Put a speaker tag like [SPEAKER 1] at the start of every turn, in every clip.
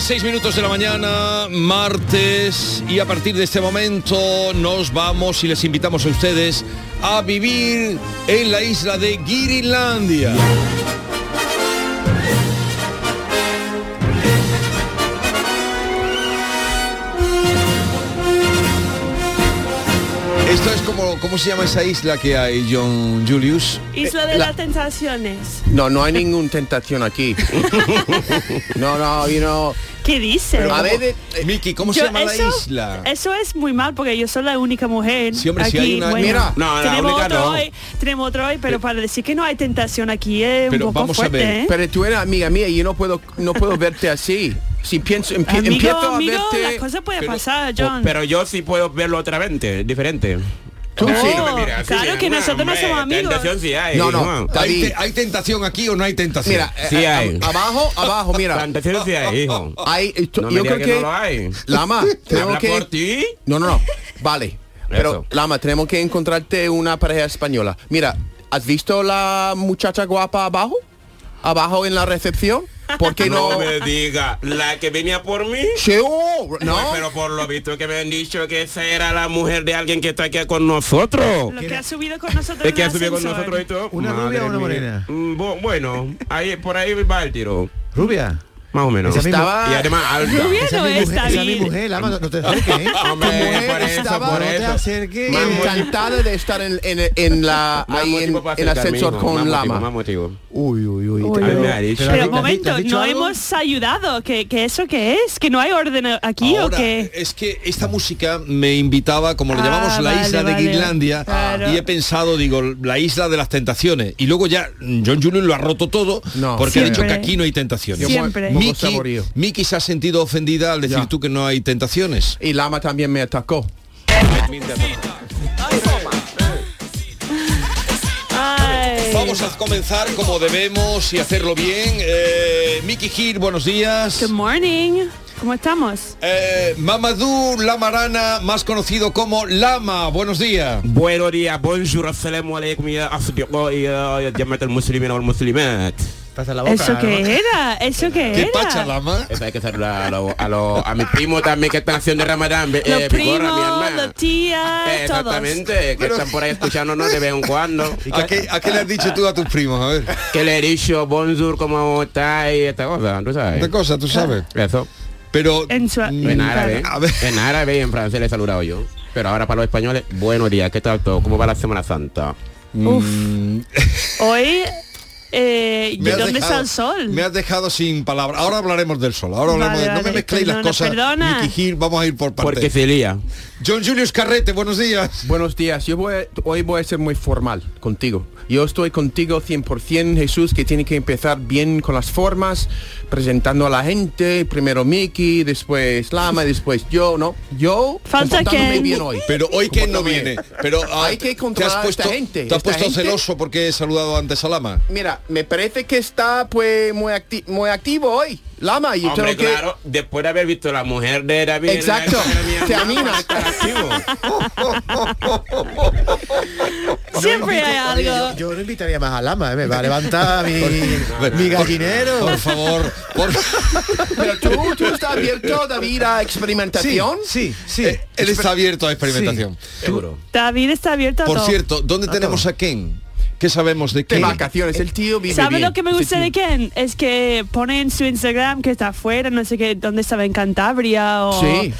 [SPEAKER 1] seis minutos de la mañana, martes, y a partir de este momento nos vamos y les invitamos a ustedes a vivir en la isla de Girilandia. Esto es como, ¿cómo se llama esa isla que hay, John Julius?
[SPEAKER 2] Eh,
[SPEAKER 1] Eh,
[SPEAKER 3] Isla de las Tentaciones.
[SPEAKER 2] No, no hay ninguna tentación aquí. no, no, you know.
[SPEAKER 3] ¿Qué dice?
[SPEAKER 2] Pero a ver, eh, de-
[SPEAKER 1] Miki, ¿cómo
[SPEAKER 3] Yo-
[SPEAKER 1] se llama
[SPEAKER 3] eso-
[SPEAKER 1] la isla?
[SPEAKER 3] Eso es muy mal porque yo soy la única mujer.
[SPEAKER 1] Sí, hombre,
[SPEAKER 3] aquí.
[SPEAKER 1] si hay una-
[SPEAKER 3] Bueno,
[SPEAKER 1] Mira.
[SPEAKER 4] No, la
[SPEAKER 3] tenemos
[SPEAKER 4] única
[SPEAKER 3] otro
[SPEAKER 4] no.
[SPEAKER 3] hoy, tenemos otro hoy, pero para decir que no hay tentación aquí es
[SPEAKER 1] Pero
[SPEAKER 3] un poco
[SPEAKER 1] vamos a
[SPEAKER 3] fuerte,
[SPEAKER 1] ver.
[SPEAKER 3] ¿eh?
[SPEAKER 2] Pero tú eres amiga mía y yo no puedo, no puedo verte así. Si pienso, empie-
[SPEAKER 3] Amigo,
[SPEAKER 2] empiezo a
[SPEAKER 3] amigo,
[SPEAKER 2] verte.
[SPEAKER 3] las cosas pueden
[SPEAKER 4] pero-
[SPEAKER 3] pasar,
[SPEAKER 4] Po-
[SPEAKER 3] John.
[SPEAKER 4] Oh, Pero yo sí puedo verlo otra vez, diferente.
[SPEAKER 2] Tú
[SPEAKER 4] No,
[SPEAKER 2] sí.
[SPEAKER 4] no me mires así,
[SPEAKER 3] Claro que
[SPEAKER 4] no,
[SPEAKER 3] nosotros no
[SPEAKER 4] hombre,
[SPEAKER 3] somos amigos.
[SPEAKER 4] tentación sí hay,
[SPEAKER 2] No, no, está
[SPEAKER 1] ¿Hay,
[SPEAKER 2] bien.
[SPEAKER 1] te- hay tentación aquí o no hay tentación?
[SPEAKER 2] Mira, eh,
[SPEAKER 4] Sí
[SPEAKER 2] eh,
[SPEAKER 4] hay.
[SPEAKER 2] ab- abajo, abajo, mira.
[SPEAKER 4] Tentación sí hay, hijo.
[SPEAKER 2] Hay, esto-
[SPEAKER 4] Oh. No me
[SPEAKER 2] yo
[SPEAKER 4] digas
[SPEAKER 2] creo
[SPEAKER 4] que,
[SPEAKER 2] que,
[SPEAKER 4] no lo hay.
[SPEAKER 2] Lama, tenemos
[SPEAKER 4] ¿Habla
[SPEAKER 2] que
[SPEAKER 4] por ti?
[SPEAKER 2] No, no, no. Vale. Pero
[SPEAKER 4] Eso.
[SPEAKER 2] Lama, tenemos que encontrarte una pareja española. Mira, ¿has visto la muchacha guapa abajo? Abajo en la recepción. ¿Por qué no?
[SPEAKER 4] No me diga, la que venía por mí.
[SPEAKER 2] Sí, oh, no.
[SPEAKER 4] Pues, pero por lo visto que me han dicho que esa era la mujer de alguien que está aquí con nosotros.
[SPEAKER 3] Lo que ha subido con nosotros.
[SPEAKER 4] Es que
[SPEAKER 3] en
[SPEAKER 4] ha
[SPEAKER 3] el
[SPEAKER 4] subido con
[SPEAKER 3] ascensor.
[SPEAKER 4] nosotros y todo.
[SPEAKER 5] ¿Una
[SPEAKER 4] Madre
[SPEAKER 5] rubia o una
[SPEAKER 4] mía.
[SPEAKER 5] morena?
[SPEAKER 4] Mm, bu- Bueno, ahí, por ahí va el tiro.
[SPEAKER 5] Rubia.
[SPEAKER 4] Más o menos.
[SPEAKER 5] Esa misma-
[SPEAKER 4] Y además alta.
[SPEAKER 3] Rubia
[SPEAKER 5] Esa
[SPEAKER 3] no
[SPEAKER 5] es mi
[SPEAKER 3] es,
[SPEAKER 5] mujer, esa es mi
[SPEAKER 3] David.
[SPEAKER 5] mujer, Lama, no- no te acerques, ¿eh?
[SPEAKER 4] Hombre,
[SPEAKER 2] Tu mujer
[SPEAKER 4] por eso,
[SPEAKER 2] estaba-
[SPEAKER 4] por
[SPEAKER 5] No te
[SPEAKER 4] eso.
[SPEAKER 5] acerques.
[SPEAKER 2] Me encantada de estar en, en- en la
[SPEAKER 4] Más
[SPEAKER 2] ahí en,
[SPEAKER 4] motivo para
[SPEAKER 2] en el
[SPEAKER 4] acercarme,
[SPEAKER 2] ascensor
[SPEAKER 4] hijo,
[SPEAKER 2] con
[SPEAKER 4] más motivo,
[SPEAKER 2] Lama.
[SPEAKER 4] más motivo.
[SPEAKER 5] Uy, uy,
[SPEAKER 3] Uy,
[SPEAKER 5] uy. te-
[SPEAKER 4] uy.
[SPEAKER 5] pero-
[SPEAKER 4] Me ha dicho.
[SPEAKER 5] pero-
[SPEAKER 3] Pero un
[SPEAKER 5] ¿te has dicho- te
[SPEAKER 3] momento,
[SPEAKER 5] has dicho
[SPEAKER 3] no
[SPEAKER 5] algo?
[SPEAKER 3] hemos ayudado. ¿Que, que eso qué es? ¿Que no hay orden aquí
[SPEAKER 1] Ahora,
[SPEAKER 3] o qué?
[SPEAKER 1] Es que esta música me invitaba, como lo
[SPEAKER 3] Ah,
[SPEAKER 1] llamamos la
[SPEAKER 3] vale,
[SPEAKER 1] isla de
[SPEAKER 3] vale.
[SPEAKER 1] Guirlandia,
[SPEAKER 3] Claro.
[SPEAKER 1] y he pensado, digo, la isla de las tentaciones. Y luego ya mm, John Julius lo ha roto todo
[SPEAKER 2] No.
[SPEAKER 1] porque ha dicho que
[SPEAKER 3] Siempre.
[SPEAKER 1] aquí no hay tentaciones.
[SPEAKER 3] Yo Siempre.
[SPEAKER 2] Poco
[SPEAKER 1] Miki,
[SPEAKER 2] saborío.
[SPEAKER 1] Miki se ha sentido ofendida al decir
[SPEAKER 2] Ya.
[SPEAKER 1] tú que no hay tentaciones.
[SPEAKER 2] Y Lama también me atacó.
[SPEAKER 3] Ay.
[SPEAKER 1] Vamos a comenzar como debemos y hacerlo bien. Eh, Miki Gir, buenos días.
[SPEAKER 3] Good morning. ¿Cómo estamos?
[SPEAKER 1] Eh, Mamadou Lamarana, más conocido como Lama, buenos días.
[SPEAKER 4] Buenos días, bonjour, assalamu alaikum, ya asdiqai, ya jamat al-muslimin wal-muslimat.
[SPEAKER 5] Pasa la boca,
[SPEAKER 3] ¿Eso qué era? ¿Eso qué
[SPEAKER 1] ¿Qué
[SPEAKER 3] era?
[SPEAKER 1] pacha, Lama?
[SPEAKER 4] Eso hay que saludar a, los- a, los- a mis primos también que están haciendo Ramadán. eh,
[SPEAKER 3] Los
[SPEAKER 4] Bigorra, mi
[SPEAKER 3] primos,
[SPEAKER 4] hermana.
[SPEAKER 3] los tías, todos.
[SPEAKER 4] Exactamente, que están por ahí escuchándonos de vez en cuando.
[SPEAKER 1] ¿A qué, a qué le has dicho tú a tus primos? A ver,
[SPEAKER 4] Que le he dicho bonjour, como está y esta cosa, tú sabes.
[SPEAKER 1] esta cosa, tú sabes.
[SPEAKER 4] Eso.
[SPEAKER 1] Pero
[SPEAKER 3] En su-
[SPEAKER 1] mm,
[SPEAKER 4] En árabe,
[SPEAKER 1] A ver.
[SPEAKER 4] en árabe y en francés le he saludado yo. Pero ahora para los españoles, buenos días, ¿qué tal todo? ¿Cómo va la Semana Santa?
[SPEAKER 3] Hoy, eh, ¿de dónde está el sol?
[SPEAKER 1] Me has dejado sin palabras. Ahora hablaremos del sol. Ahora
[SPEAKER 3] Vale,
[SPEAKER 1] hablaremos de- No
[SPEAKER 3] vale,
[SPEAKER 1] me mezcléis las
[SPEAKER 3] perdona,
[SPEAKER 1] cosas.
[SPEAKER 3] perdona.
[SPEAKER 1] Nicky Hill, vamos a ir por partes.
[SPEAKER 4] Porque se lía.
[SPEAKER 1] John Julius Carrete, buenos días.
[SPEAKER 2] Buenos días, yo voy, hoy voy a ser muy formal contigo. Yo estoy contigo 100%, Jesús, que tiene que empezar bien con las formas, presentando a la gente, primero Mickey, después Lama, después yo, ¿no? Yo,
[SPEAKER 3] Falta
[SPEAKER 2] comportándome
[SPEAKER 3] Ken.
[SPEAKER 2] bien hoy.
[SPEAKER 1] Pero hoy que no
[SPEAKER 2] Comportándome
[SPEAKER 1] viene.
[SPEAKER 2] bien.
[SPEAKER 1] Pero ah,
[SPEAKER 2] Hay que
[SPEAKER 1] te has
[SPEAKER 2] controlar a
[SPEAKER 1] puesto,
[SPEAKER 2] esta gente,
[SPEAKER 1] Te has
[SPEAKER 2] esta
[SPEAKER 1] puesto
[SPEAKER 2] gente.
[SPEAKER 1] celoso porque he saludado antes a Lama.
[SPEAKER 2] Mira, me parece que está pues muy, acti- muy activo hoy, Lama, y yo
[SPEAKER 4] Hombre,
[SPEAKER 2] tengo que...
[SPEAKER 4] claro, después de haber visto la mujer de David.
[SPEAKER 2] Exacto, te anima.
[SPEAKER 3] Siempre hay
[SPEAKER 5] Oye,
[SPEAKER 3] algo.
[SPEAKER 5] Yo, yo no invitaría más a Lama, ¿eh? me va a levantar mi, mi gallinero.
[SPEAKER 1] Por favor, por
[SPEAKER 2] Pero tú, tú estás abierto, David, a
[SPEAKER 5] sí,
[SPEAKER 2] experimentación.
[SPEAKER 5] sí, sí.
[SPEAKER 1] Eh, él está abierto a experimentación.
[SPEAKER 4] Seguro.
[SPEAKER 3] David está abierto a
[SPEAKER 1] Por
[SPEAKER 3] todo.
[SPEAKER 1] cierto, ¿dónde tenemos a Ken? ¿Qué sabemos de
[SPEAKER 2] De
[SPEAKER 1] Ken?
[SPEAKER 2] vacaciones, el tío vive
[SPEAKER 3] ¿Sabe
[SPEAKER 2] bien.
[SPEAKER 3] lo que me gusta de Ken? Es que pone en su Instagram que está afuera, no sé qué, dónde estaba en Cantabria o...
[SPEAKER 2] Sí.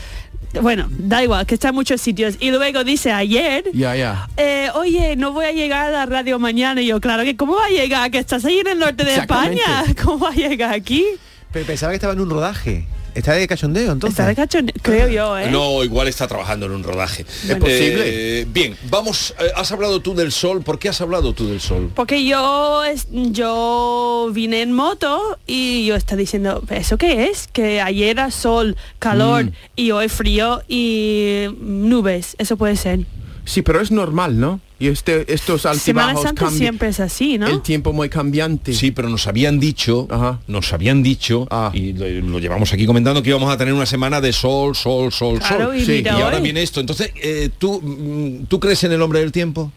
[SPEAKER 3] Bueno, da igual, que está en muchos sitios. Y luego dice ayer,
[SPEAKER 2] Ya, ya.
[SPEAKER 3] eh, oye, no voy a llegar a la radio mañana. Y yo, claro, que ¿cómo va a llegar? Que estás ahí en el norte de
[SPEAKER 2] Exactamente.
[SPEAKER 3] España. ¿Cómo va a llegar aquí?
[SPEAKER 5] Pe- Pensaba que estaba en un rodaje. Está de cachondeo, entonces.
[SPEAKER 3] Está de cachón, creo yo, ¿eh?
[SPEAKER 1] No, igual está trabajando en un rodaje.
[SPEAKER 2] ¿Es posible?
[SPEAKER 1] Eh, bien, vamos, eh, has hablado tú del sol, ¿por qué has hablado tú del sol?
[SPEAKER 3] Porque yo, es- yo vine en moto y yo estaba diciendo, ¿eso qué es? Que ayer era sol, calor y hoy frío y nubes. Eso puede ser.
[SPEAKER 2] Sí, pero es normal, ¿no? Y este, estos
[SPEAKER 3] Semana
[SPEAKER 2] altibajos
[SPEAKER 3] Santa
[SPEAKER 2] cambi-
[SPEAKER 3] siempre es así, ¿no?
[SPEAKER 2] El tiempo muy cambiante.
[SPEAKER 1] Sí, pero nos habían dicho,
[SPEAKER 2] Ajá.
[SPEAKER 1] nos habían dicho,
[SPEAKER 2] Ah.
[SPEAKER 1] y lo, lo llevamos aquí comentando, que íbamos a tener una semana de sol, sol, sol,
[SPEAKER 3] Claro,
[SPEAKER 1] sol.
[SPEAKER 3] y
[SPEAKER 2] sí,
[SPEAKER 3] mira
[SPEAKER 1] Y ahora
[SPEAKER 3] hoy.
[SPEAKER 1] viene esto. Entonces, eh, ¿tú, mm, ¿tú crees en el hombre del tiempo?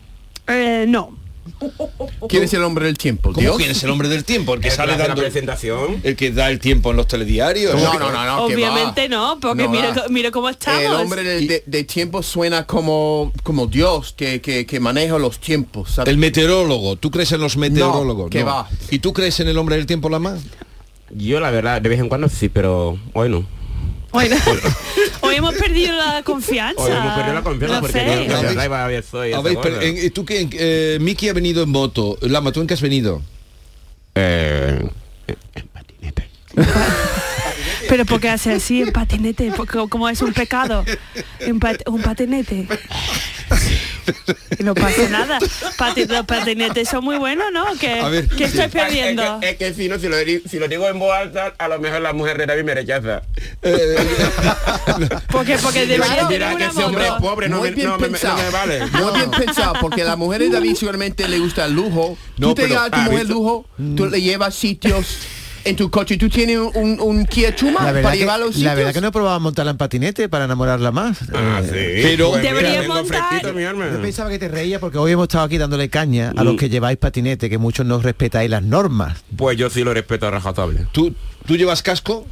[SPEAKER 3] Eh, no.
[SPEAKER 2] ¿Quién es el hombre del tiempo?
[SPEAKER 1] ¿Cómo
[SPEAKER 2] ¿Dios?
[SPEAKER 1] quién es el hombre del tiempo? El que sale
[SPEAKER 4] la
[SPEAKER 1] dando...
[SPEAKER 4] presentación.
[SPEAKER 1] El que da el tiempo en los telediarios.
[SPEAKER 2] No, no, no, no. que va.
[SPEAKER 3] Obviamente no, porque
[SPEAKER 2] No
[SPEAKER 3] mira,
[SPEAKER 2] va.
[SPEAKER 3] co- mira cómo estamos.
[SPEAKER 2] El hombre del de, de tiempo suena como, como Dios que, que, que maneja los tiempos. ¿sabes?
[SPEAKER 1] El meteorólogo, ¿tú crees en los meteorólogos?
[SPEAKER 2] que va.
[SPEAKER 1] ¿Y tú crees en el hombre del tiempo, la más?
[SPEAKER 4] Yo la verdad, de vez en cuando sí, pero hoy no.
[SPEAKER 3] Bueno, hoy hemos perdido la confianza.
[SPEAKER 4] Hoy hemos perdido la confianza
[SPEAKER 3] La
[SPEAKER 4] porque
[SPEAKER 3] fe.
[SPEAKER 4] yo, la
[SPEAKER 1] ¿Habéis-
[SPEAKER 4] verdad, iba a ver, soy esa
[SPEAKER 1] A ver, pero,
[SPEAKER 4] gorda.
[SPEAKER 1] en- ¿tú qué? en- eh, Miki ha venido en moto. Lama, ¿tú en qué has venido?
[SPEAKER 4] Eh, en patinete.
[SPEAKER 3] Pero porque hace así en patinete, porque como es un pecado. Un, pat- un patinete. Y No pasa nada. Pati- los patinetes son muy buenos, ¿no? Que,
[SPEAKER 1] A ver,
[SPEAKER 3] que estoy
[SPEAKER 4] Ay,
[SPEAKER 3] perdiendo.
[SPEAKER 4] Es que, es que si, no, si, lo, di- si lo digo en voz alta, a lo mejor la mujer de David me rechaza.
[SPEAKER 3] Porque, porque debería
[SPEAKER 2] Claro.
[SPEAKER 3] tener
[SPEAKER 4] Eh, Mira que
[SPEAKER 3] una
[SPEAKER 4] ese hombre es
[SPEAKER 3] moto.
[SPEAKER 4] pobre, no,
[SPEAKER 2] Muy
[SPEAKER 4] me,
[SPEAKER 2] bien
[SPEAKER 4] no, me, no
[SPEAKER 2] pensado.
[SPEAKER 4] me vale.
[SPEAKER 2] Muy bien pensado, porque a la mujer de David seguramente le gusta el lujo.
[SPEAKER 1] No,
[SPEAKER 2] tú te
[SPEAKER 1] pero-
[SPEAKER 2] llevas a tu
[SPEAKER 4] ah,
[SPEAKER 2] mujer
[SPEAKER 4] ¿visto?
[SPEAKER 2] lujo, tú le llevas sitios en tu coche. Tú tienes un, un Kia Chuma
[SPEAKER 5] La verdad,
[SPEAKER 2] para llevar a los
[SPEAKER 5] que, la
[SPEAKER 2] sitios.
[SPEAKER 5] verdad que no probaba montarla en patinete para enamorarla más.
[SPEAKER 4] Ah, sí.
[SPEAKER 1] Pero-
[SPEAKER 4] mira,
[SPEAKER 3] Debería
[SPEAKER 4] tengo
[SPEAKER 3] montar-
[SPEAKER 4] fresquito, mi alma.
[SPEAKER 5] Yo pensaba que te reía porque hoy hemos estado aquí dándole caña
[SPEAKER 2] Mm.
[SPEAKER 5] a los que lleváis patinete, que muchos no respetáis las normas.
[SPEAKER 4] Pues yo sí lo respeto a rajatabla.
[SPEAKER 1] ¿Tú, ¿Tú llevas casco?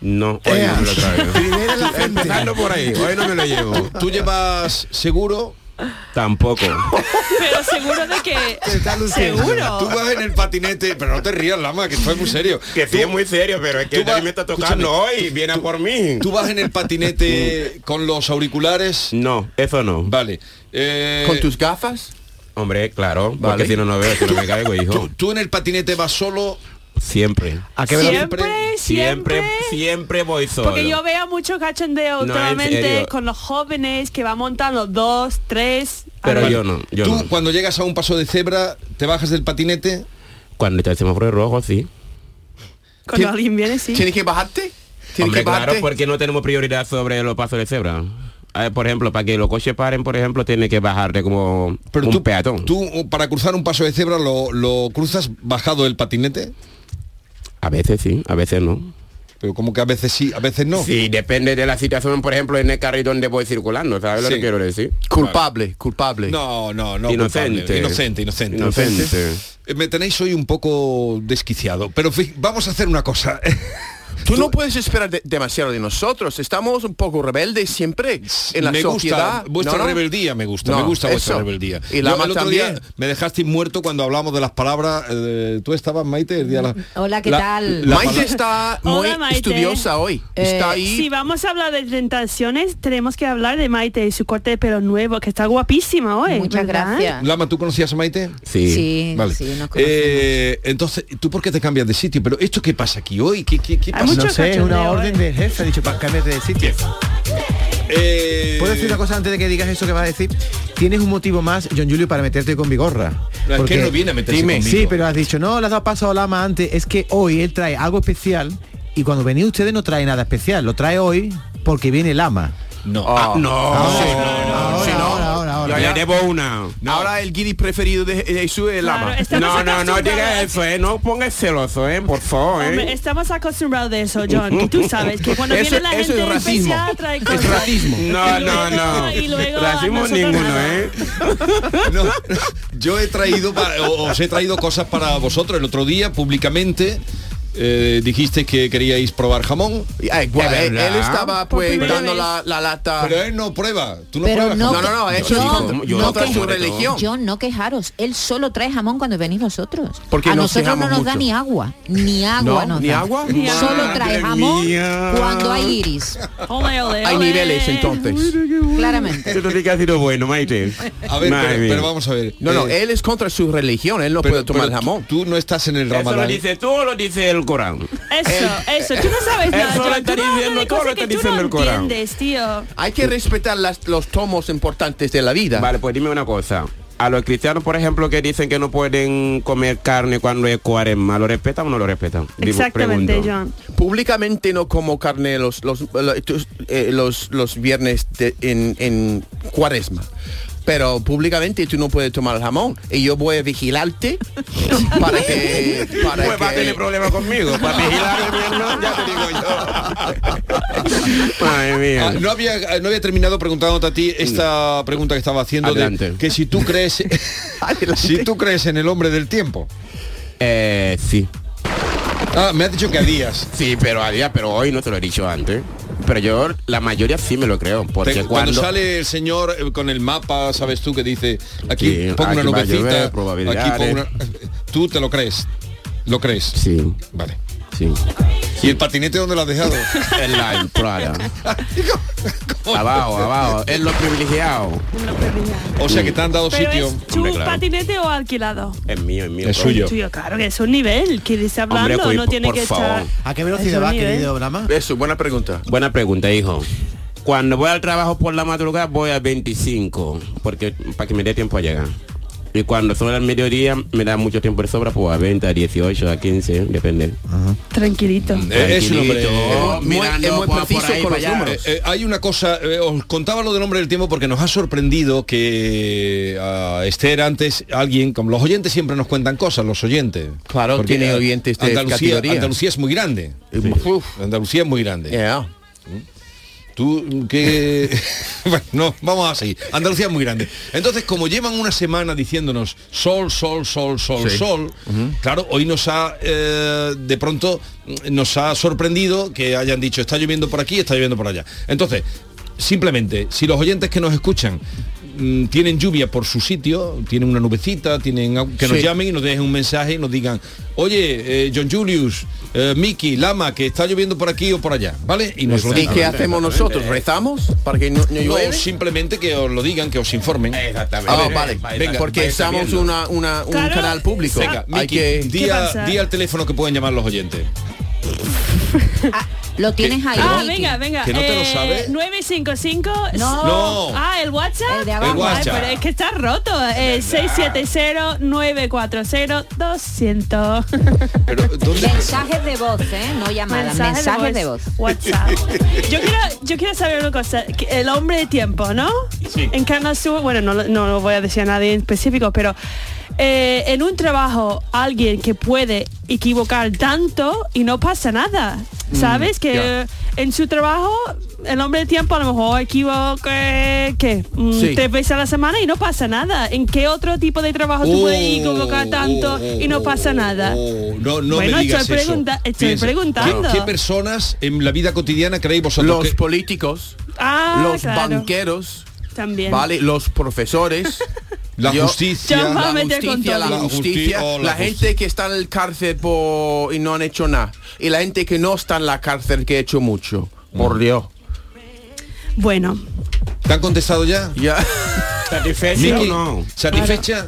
[SPEAKER 4] No, hoy no me lo traigo.
[SPEAKER 5] Primero la gente.
[SPEAKER 4] Empezando por ahí, hoy no me lo llevo.
[SPEAKER 1] ¿Tú llevas seguro?
[SPEAKER 4] Tampoco.
[SPEAKER 3] Pero seguro de que.
[SPEAKER 5] está luciendo.
[SPEAKER 3] Seguro.
[SPEAKER 1] Tú vas en el patinete, pero no te rías, Lama, que estoy muy serio.
[SPEAKER 4] Que sí es muy serio, pero es que
[SPEAKER 1] tú vas-
[SPEAKER 4] David me está tocando hoy, viene a por mí.
[SPEAKER 1] ¿Tú vas en el patinete con los auriculares?
[SPEAKER 4] No, eso no.
[SPEAKER 1] Vale. eh,
[SPEAKER 2] Con tus gafas.
[SPEAKER 4] Hombre, claro,
[SPEAKER 2] Vale.
[SPEAKER 4] porque si no, no veo, si no me caigo, hijo.
[SPEAKER 1] ¿tú, tú en el patinete vas solo?
[SPEAKER 4] Siempre.
[SPEAKER 5] ¿A qué velocidad?
[SPEAKER 3] Siempre,
[SPEAKER 4] Siempre,
[SPEAKER 3] siempre.
[SPEAKER 4] siempre voy solo.
[SPEAKER 3] Porque yo veo mucho cachondeo
[SPEAKER 4] No, en
[SPEAKER 3] últimamente
[SPEAKER 4] serio.
[SPEAKER 3] con los jóvenes que van montando dos, tres.
[SPEAKER 4] Pero
[SPEAKER 3] Ah,
[SPEAKER 4] yo no, yo
[SPEAKER 1] ¿Tú
[SPEAKER 4] no.
[SPEAKER 1] cuando llegas a un paso de cebra, te bajas del patinete?
[SPEAKER 4] Cuando está el semáforo rojo, sí.
[SPEAKER 3] Cuando alguien viene, sí.
[SPEAKER 2] ¿Tienes que bajarte? ¿Tienes
[SPEAKER 4] Hombre,
[SPEAKER 2] que bajarte?
[SPEAKER 4] claro, porque no tenemos prioridad sobre los pasos de cebra. A ver, por ejemplo, para que los coches paren, por ejemplo, tiene que bajar de como un
[SPEAKER 1] tú,
[SPEAKER 4] peatón.
[SPEAKER 1] ¿Tú uh, para cruzar un paso de cebra lo, lo cruzas bajado del patinete?
[SPEAKER 4] A veces sí, a veces no.
[SPEAKER 1] Pero como que a veces sí, a veces no.
[SPEAKER 4] Sí, depende de la situación, por ejemplo, en el carril donde voy circulando, ¿sabes lo
[SPEAKER 1] Sí.
[SPEAKER 4] que quiero decir?
[SPEAKER 2] Culpable, culpable.
[SPEAKER 1] No, no, no.
[SPEAKER 4] Inocente.
[SPEAKER 1] culpable. Inocente, inocente.
[SPEAKER 4] Inocente.
[SPEAKER 1] Eh, Me tenéis hoy un poco desquiciado, pero en fin, vamos a hacer una cosa.
[SPEAKER 2] Tú no puedes esperar de- demasiado de nosotros. Estamos un poco rebeldes siempre en la
[SPEAKER 1] me
[SPEAKER 2] sociedad.
[SPEAKER 1] gusta vuestra
[SPEAKER 2] ¿no?
[SPEAKER 1] rebeldía, me gusta,
[SPEAKER 2] No,
[SPEAKER 1] me gusta vuestra
[SPEAKER 2] eso.
[SPEAKER 1] rebeldía.
[SPEAKER 2] Y la
[SPEAKER 1] Yo el
[SPEAKER 2] más
[SPEAKER 1] otro
[SPEAKER 2] también.
[SPEAKER 1] día me dejaste muerto cuando hablamos de las palabras. eh, Tú estabas, Maite, el día de la-
[SPEAKER 6] Hola, ¿qué
[SPEAKER 1] la-
[SPEAKER 6] tal?
[SPEAKER 1] la
[SPEAKER 2] Maite
[SPEAKER 1] palabra-
[SPEAKER 2] está
[SPEAKER 3] Hola,
[SPEAKER 2] muy
[SPEAKER 3] Maite.
[SPEAKER 2] estudiosa hoy.
[SPEAKER 6] Eh,
[SPEAKER 2] está ahí.
[SPEAKER 3] Si vamos a hablar de tentaciones, tenemos que hablar de Maite y su corte de pelo nuevo, que está guapísima hoy.
[SPEAKER 6] Muchas
[SPEAKER 3] ¿verdad?
[SPEAKER 6] gracias.
[SPEAKER 1] Lama, ¿tú conocías a Maite?
[SPEAKER 4] Sí.
[SPEAKER 6] Sí,
[SPEAKER 1] Vale.
[SPEAKER 6] sí, nos conocemos.
[SPEAKER 1] Eh, entonces, ¿tú por qué te cambias de sitio? Pero esto qué pasa aquí hoy? ¿Qué, qué- qué
[SPEAKER 3] Hay
[SPEAKER 1] pasa?
[SPEAKER 3] mucho
[SPEAKER 5] No sé, es una
[SPEAKER 3] cachondeo,
[SPEAKER 5] orden
[SPEAKER 3] ¿eh?
[SPEAKER 5] de jefe, ha dicho, para cámbiate de sitio.
[SPEAKER 1] Eh,
[SPEAKER 5] ¿Puedo decir una cosa antes de que digas eso que vas a decir? Tienes un motivo más, John Julio, para meterte con Vigorra.
[SPEAKER 1] No, es que no viene a meterse
[SPEAKER 5] Dime.
[SPEAKER 1] conmigo.
[SPEAKER 5] Sí, pero has dicho, no, le has dado paso a Lama antes. Es que hoy él trae algo especial y cuando venís ustedes no trae nada especial. Lo trae hoy porque viene Lama.
[SPEAKER 1] No.
[SPEAKER 2] Ah,
[SPEAKER 4] No,
[SPEAKER 1] Ah,
[SPEAKER 5] ahora, ahora, ahora, ahora.
[SPEAKER 4] Yo ya debo una.
[SPEAKER 2] Ahora el guiri preferido de Je- Jesús es el
[SPEAKER 3] Claro, este
[SPEAKER 2] ama.
[SPEAKER 3] es- Estamos
[SPEAKER 4] No, no, no
[SPEAKER 3] acostumbrados.
[SPEAKER 4] digas eso, eh. No pongas celoso, eh, por favor,
[SPEAKER 3] Hombre,
[SPEAKER 4] eh.
[SPEAKER 3] estamos acostumbrados de eso, John. Y tú sabes que cuando
[SPEAKER 2] Eso-
[SPEAKER 3] viene la
[SPEAKER 2] eso
[SPEAKER 3] gente
[SPEAKER 2] es racismo.
[SPEAKER 3] especial trae
[SPEAKER 2] Es
[SPEAKER 3] cosas.
[SPEAKER 2] racismo.
[SPEAKER 3] Y
[SPEAKER 4] No,
[SPEAKER 3] luego-
[SPEAKER 4] no, no.
[SPEAKER 3] y luego a
[SPEAKER 4] Racismo
[SPEAKER 3] nosotros
[SPEAKER 4] ninguno,
[SPEAKER 3] nada.
[SPEAKER 4] eh.
[SPEAKER 1] No, no, yo he traído, para- o- os he traído cosas para vosotros. El otro día, públicamente, eh, dijiste que queríais probar jamón,
[SPEAKER 2] Ay, guau, eh,
[SPEAKER 4] ¿De
[SPEAKER 2] él,
[SPEAKER 4] verdad?
[SPEAKER 2] él estaba
[SPEAKER 3] Por
[SPEAKER 2] pues
[SPEAKER 3] primera
[SPEAKER 2] dando
[SPEAKER 3] vez.
[SPEAKER 2] la, la lata.
[SPEAKER 1] pero él no prueba. Tú no
[SPEAKER 6] Pero
[SPEAKER 1] pruebas
[SPEAKER 6] no-
[SPEAKER 2] no, no, no, eso
[SPEAKER 6] Yo-
[SPEAKER 2] es contra-
[SPEAKER 6] yo-
[SPEAKER 2] contra
[SPEAKER 6] no,
[SPEAKER 2] su
[SPEAKER 6] que-
[SPEAKER 2] religión.
[SPEAKER 6] John, no quejaros, él solo trae jamón cuando venís vosotros.
[SPEAKER 2] Porque
[SPEAKER 6] a
[SPEAKER 2] nos
[SPEAKER 6] nosotros no
[SPEAKER 2] quejamos
[SPEAKER 6] nos da
[SPEAKER 2] mucho.
[SPEAKER 6] ni agua, ni agua
[SPEAKER 2] No,
[SPEAKER 6] nos
[SPEAKER 2] ni
[SPEAKER 6] da.
[SPEAKER 2] agua.
[SPEAKER 3] Ni agua.
[SPEAKER 6] Solo trae
[SPEAKER 4] Madre
[SPEAKER 6] jamón
[SPEAKER 4] mía.
[SPEAKER 6] cuando hay iris,
[SPEAKER 3] Ole, ole,
[SPEAKER 2] Hay
[SPEAKER 3] ole.
[SPEAKER 2] niveles entonces.
[SPEAKER 6] claramente.
[SPEAKER 4] Eso te que ha sido bueno, Maite.
[SPEAKER 1] A ver,
[SPEAKER 4] Madre
[SPEAKER 1] pero,
[SPEAKER 4] mía.
[SPEAKER 1] pero vamos a ver.
[SPEAKER 2] No, no,
[SPEAKER 1] Eh,
[SPEAKER 2] él es contra su religión, él no
[SPEAKER 1] pero-
[SPEAKER 2] puede tomar
[SPEAKER 1] pero
[SPEAKER 2] jamón.
[SPEAKER 1] Tú, tú no estás en el
[SPEAKER 4] ¿Eso lo
[SPEAKER 1] ramadán.
[SPEAKER 4] dices tú o lo dice el Corán.
[SPEAKER 3] Eso, eso. Tú no sabes nada.
[SPEAKER 4] Eso lo
[SPEAKER 3] Joan.
[SPEAKER 4] está
[SPEAKER 3] Tú no hablas
[SPEAKER 4] diciendo,
[SPEAKER 3] de
[SPEAKER 4] todo lo
[SPEAKER 3] cosas
[SPEAKER 4] está
[SPEAKER 3] que tú
[SPEAKER 4] diciendo
[SPEAKER 3] no
[SPEAKER 4] el Corán.
[SPEAKER 3] entiendes, tío.
[SPEAKER 2] Hay que respetar las- los tomos importantes de la vida.
[SPEAKER 4] Vale, pues dime una cosa. A los cristianos, por ejemplo, que dicen que no pueden comer carne cuando es cuaresma, ¿lo respetan o no lo respetan? Digo,
[SPEAKER 3] Exactamente,
[SPEAKER 4] pregunto.
[SPEAKER 3] John.
[SPEAKER 2] Públicamente no como carne los los, eh, tus- eh, los, los viernes de- en, en cuaresma. Pero públicamente tú no puedes tomar jamón y yo voy a vigilarte para que... Para
[SPEAKER 4] Pues va a
[SPEAKER 2] que-
[SPEAKER 4] tener problemas conmigo. Para vigilar mi hermano, ya te digo yo. Madre
[SPEAKER 1] Ah,
[SPEAKER 4] mía.
[SPEAKER 1] no, había, eh, no había terminado preguntándote a ti esta pregunta que estaba haciendo de
[SPEAKER 4] Adelante.
[SPEAKER 1] que si tú crees si tú crees en el hombre del tiempo.
[SPEAKER 4] Eh, sí.
[SPEAKER 1] Ah, me has dicho que a días.
[SPEAKER 4] Sí, pero a día, pero hoy no te lo he dicho antes. Pero yo la mayoría sí me lo creo. Porque
[SPEAKER 1] Te- cuando,
[SPEAKER 4] cuando,
[SPEAKER 1] sale el señor eh, con el mapa, sabes tú que dice aquí
[SPEAKER 4] Sí,
[SPEAKER 1] pongo una
[SPEAKER 4] aquí va a llover,
[SPEAKER 1] nubecita, aquí
[SPEAKER 4] probabilidades.
[SPEAKER 1] pongo una... Tú te lo crees, lo crees.
[SPEAKER 4] Sí,
[SPEAKER 1] Vale.
[SPEAKER 4] sí.
[SPEAKER 1] ¿Y el patinete dónde lo has dejado?
[SPEAKER 4] En la entrada. abajo, abajo. En los privilegiados.
[SPEAKER 1] o sea que te han dado
[SPEAKER 3] Pero
[SPEAKER 1] sitio.
[SPEAKER 3] es
[SPEAKER 4] Hombre,
[SPEAKER 3] tu
[SPEAKER 4] claro.
[SPEAKER 3] patinete o alquilado.
[SPEAKER 4] Es mío, es mío.
[SPEAKER 1] Es suyo. Yo.
[SPEAKER 3] Tuyo, claro que es un nivel. Que dice hablando,
[SPEAKER 4] Hombre, Cui,
[SPEAKER 3] no tiene
[SPEAKER 4] por
[SPEAKER 3] que
[SPEAKER 4] favor.
[SPEAKER 3] estar.
[SPEAKER 5] ¿A qué
[SPEAKER 3] Es
[SPEAKER 5] velocidad
[SPEAKER 3] un
[SPEAKER 5] vas,
[SPEAKER 3] nivel.
[SPEAKER 5] querido Brahma?
[SPEAKER 2] Eso, buena pregunta.
[SPEAKER 4] Buena pregunta, hijo. Cuando voy al trabajo por la madrugada voy a 25, porque para que me dé tiempo a llegar. Y cuando son al mediodía me da mucho tiempo de sobra, pues a 20, a 18, a 15, depende.
[SPEAKER 3] Tranquilito.
[SPEAKER 1] Eh, es un hombre.
[SPEAKER 4] Tranquilito,
[SPEAKER 2] muy- es muy
[SPEAKER 4] pues,
[SPEAKER 2] preciso con
[SPEAKER 4] para
[SPEAKER 2] los
[SPEAKER 4] allá.
[SPEAKER 2] números.
[SPEAKER 1] Eh, eh, hay una cosa, eh, os contaba lo del hombre del tiempo porque nos ha sorprendido que a Esther antes alguien, como los oyentes siempre nos cuentan cosas, los oyentes.
[SPEAKER 2] Claro, tiene
[SPEAKER 1] eh,
[SPEAKER 2] oyentes de
[SPEAKER 1] Andalucía,
[SPEAKER 2] categoría.
[SPEAKER 1] Andalucía es muy grande.
[SPEAKER 2] Uf,
[SPEAKER 1] Andalucía es muy grande.
[SPEAKER 2] yeah.
[SPEAKER 1] Tú que bueno, no, vamos así. Andalucía es muy grande. Entonces, como llevan una semana diciéndonos sol, sol, sol, sol, sol, claro, hoy nos ha eh, de pronto mm, nos ha sorprendido que hayan dicho está lloviendo por aquí, está lloviendo por allá. Entonces, simplemente, si los oyentes que nos escuchan mm, tienen lluvia por su sitio, tienen una nubecita, tienen algo- que nos
[SPEAKER 2] Sí.
[SPEAKER 1] llamen y nos dejen un mensaje y nos digan, oye, eh, John Julius, eh, Mickey, Lama, que está lloviendo por aquí o por allá, ¿vale? Y nos lo
[SPEAKER 2] ¿Y
[SPEAKER 1] digan.
[SPEAKER 2] qué hacemos nosotros? ¿Rezamos para que no, no
[SPEAKER 1] No,
[SPEAKER 2] llueve?
[SPEAKER 1] simplemente que os lo digan, que os informen.
[SPEAKER 4] Exactamente.
[SPEAKER 2] Ah, vale,
[SPEAKER 1] venga,
[SPEAKER 2] porque estamos una, una- un
[SPEAKER 3] Claro,
[SPEAKER 2] canal público.
[SPEAKER 1] Venga,
[SPEAKER 2] Hay
[SPEAKER 1] Miki,
[SPEAKER 2] que...
[SPEAKER 1] di, a-
[SPEAKER 3] pasa?
[SPEAKER 1] di al teléfono que pueden llamar los oyentes.
[SPEAKER 6] Lo tienes ahí.
[SPEAKER 3] Ah,
[SPEAKER 6] Ricky.
[SPEAKER 3] venga, venga. Eh,
[SPEAKER 1] que no te lo sabes.
[SPEAKER 3] 955.
[SPEAKER 6] No.
[SPEAKER 1] No.
[SPEAKER 3] Ah, el WhatsApp.
[SPEAKER 6] El de abajo.
[SPEAKER 1] El WhatsApp.
[SPEAKER 3] Ay, pero es que está roto. Eh, 670-940-200.
[SPEAKER 1] Pero, ¿dónde?
[SPEAKER 6] Mensajes de voz, ¿eh? No llamadas, mensajes de voz.
[SPEAKER 3] WhatsApp. Yo quiero, yo quiero saber una cosa. que El hombre de tiempo, ¿no? Sí. En Canal Sur, bueno, no, lo- no lo voy a decir a nadie en específico, pero eh, en un trabajo alguien que puede equivocar tanto y no pasa nada. ¿Sabes? que
[SPEAKER 2] ya.
[SPEAKER 3] en su trabajo el hombre de tiempo a lo mejor equivoque ¿qué? Mm,
[SPEAKER 2] Sí.
[SPEAKER 3] tres veces a la semana y no pasa nada. ¿En qué otro tipo de trabajo tú puedes equivocar
[SPEAKER 1] Oh,
[SPEAKER 3] tanto
[SPEAKER 1] oh,
[SPEAKER 3] y no
[SPEAKER 1] oh,
[SPEAKER 3] pasa nada?
[SPEAKER 1] oh, no, no
[SPEAKER 3] Bueno,
[SPEAKER 1] me digas
[SPEAKER 3] estoy
[SPEAKER 1] eso.
[SPEAKER 3] pregunta- estoy
[SPEAKER 1] Piensa,
[SPEAKER 3] preguntando.
[SPEAKER 1] ¿qué, qué personas en la vida cotidiana creéis vosotros
[SPEAKER 2] Los
[SPEAKER 1] que-
[SPEAKER 2] políticos,
[SPEAKER 3] Ah,
[SPEAKER 2] los
[SPEAKER 3] claro.
[SPEAKER 2] banqueros,
[SPEAKER 3] También.
[SPEAKER 2] ¿vale? Los profesores.
[SPEAKER 1] la
[SPEAKER 2] Yo-
[SPEAKER 1] justicia...
[SPEAKER 3] Yo- Va a
[SPEAKER 2] la
[SPEAKER 3] meter con
[SPEAKER 2] justicia,
[SPEAKER 3] todo.
[SPEAKER 2] la
[SPEAKER 1] La justi-
[SPEAKER 2] justicia,
[SPEAKER 1] oh, la
[SPEAKER 2] la
[SPEAKER 1] justi-
[SPEAKER 2] gente que está en el cárcel por- y no han hecho nada. Y la gente que no está en la cárcel que ha hecho mucho. Por Dios.
[SPEAKER 3] Bueno,
[SPEAKER 1] Mm. ¿Te han contestado ya?
[SPEAKER 2] Ya.
[SPEAKER 1] Eh,
[SPEAKER 4] ¿Satisfecho o
[SPEAKER 1] Miki,
[SPEAKER 4] no?
[SPEAKER 1] ¿satisfecha?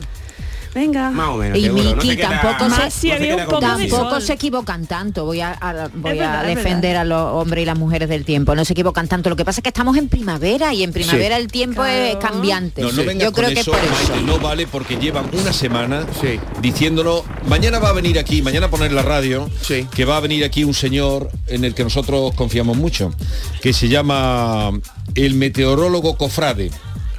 [SPEAKER 3] venga.
[SPEAKER 4] Más o menos,
[SPEAKER 6] Y
[SPEAKER 4] seguro. no
[SPEAKER 6] Miki
[SPEAKER 4] te queda-
[SPEAKER 6] tampoco
[SPEAKER 4] no
[SPEAKER 6] se-
[SPEAKER 4] te
[SPEAKER 3] Sí,
[SPEAKER 4] queda
[SPEAKER 3] había un poco
[SPEAKER 4] convencido.
[SPEAKER 3] de
[SPEAKER 6] Tampoco
[SPEAKER 3] sol.
[SPEAKER 6] se equivocan tanto. Voy a, a- voy
[SPEAKER 3] Es verdad,
[SPEAKER 6] a
[SPEAKER 3] es
[SPEAKER 6] defender a los hombres y las mujeres del tiempo. No se equivocan tanto. Lo que pasa es que estamos en primavera y en primavera el tiempo es
[SPEAKER 3] Claro.
[SPEAKER 6] cambiante.
[SPEAKER 1] No, no vengas
[SPEAKER 6] Yo creo
[SPEAKER 1] con
[SPEAKER 6] que es
[SPEAKER 1] eso,
[SPEAKER 6] por eso.
[SPEAKER 1] Maite, no vale porque llevan una semana
[SPEAKER 2] Sí.
[SPEAKER 1] diciéndolo. Mañana va a venir aquí, mañana a poner la radio,
[SPEAKER 2] Sí.
[SPEAKER 1] que va a venir aquí un señor en el que nosotros confiamos mucho, que se llama el meteorólogo Cofrade.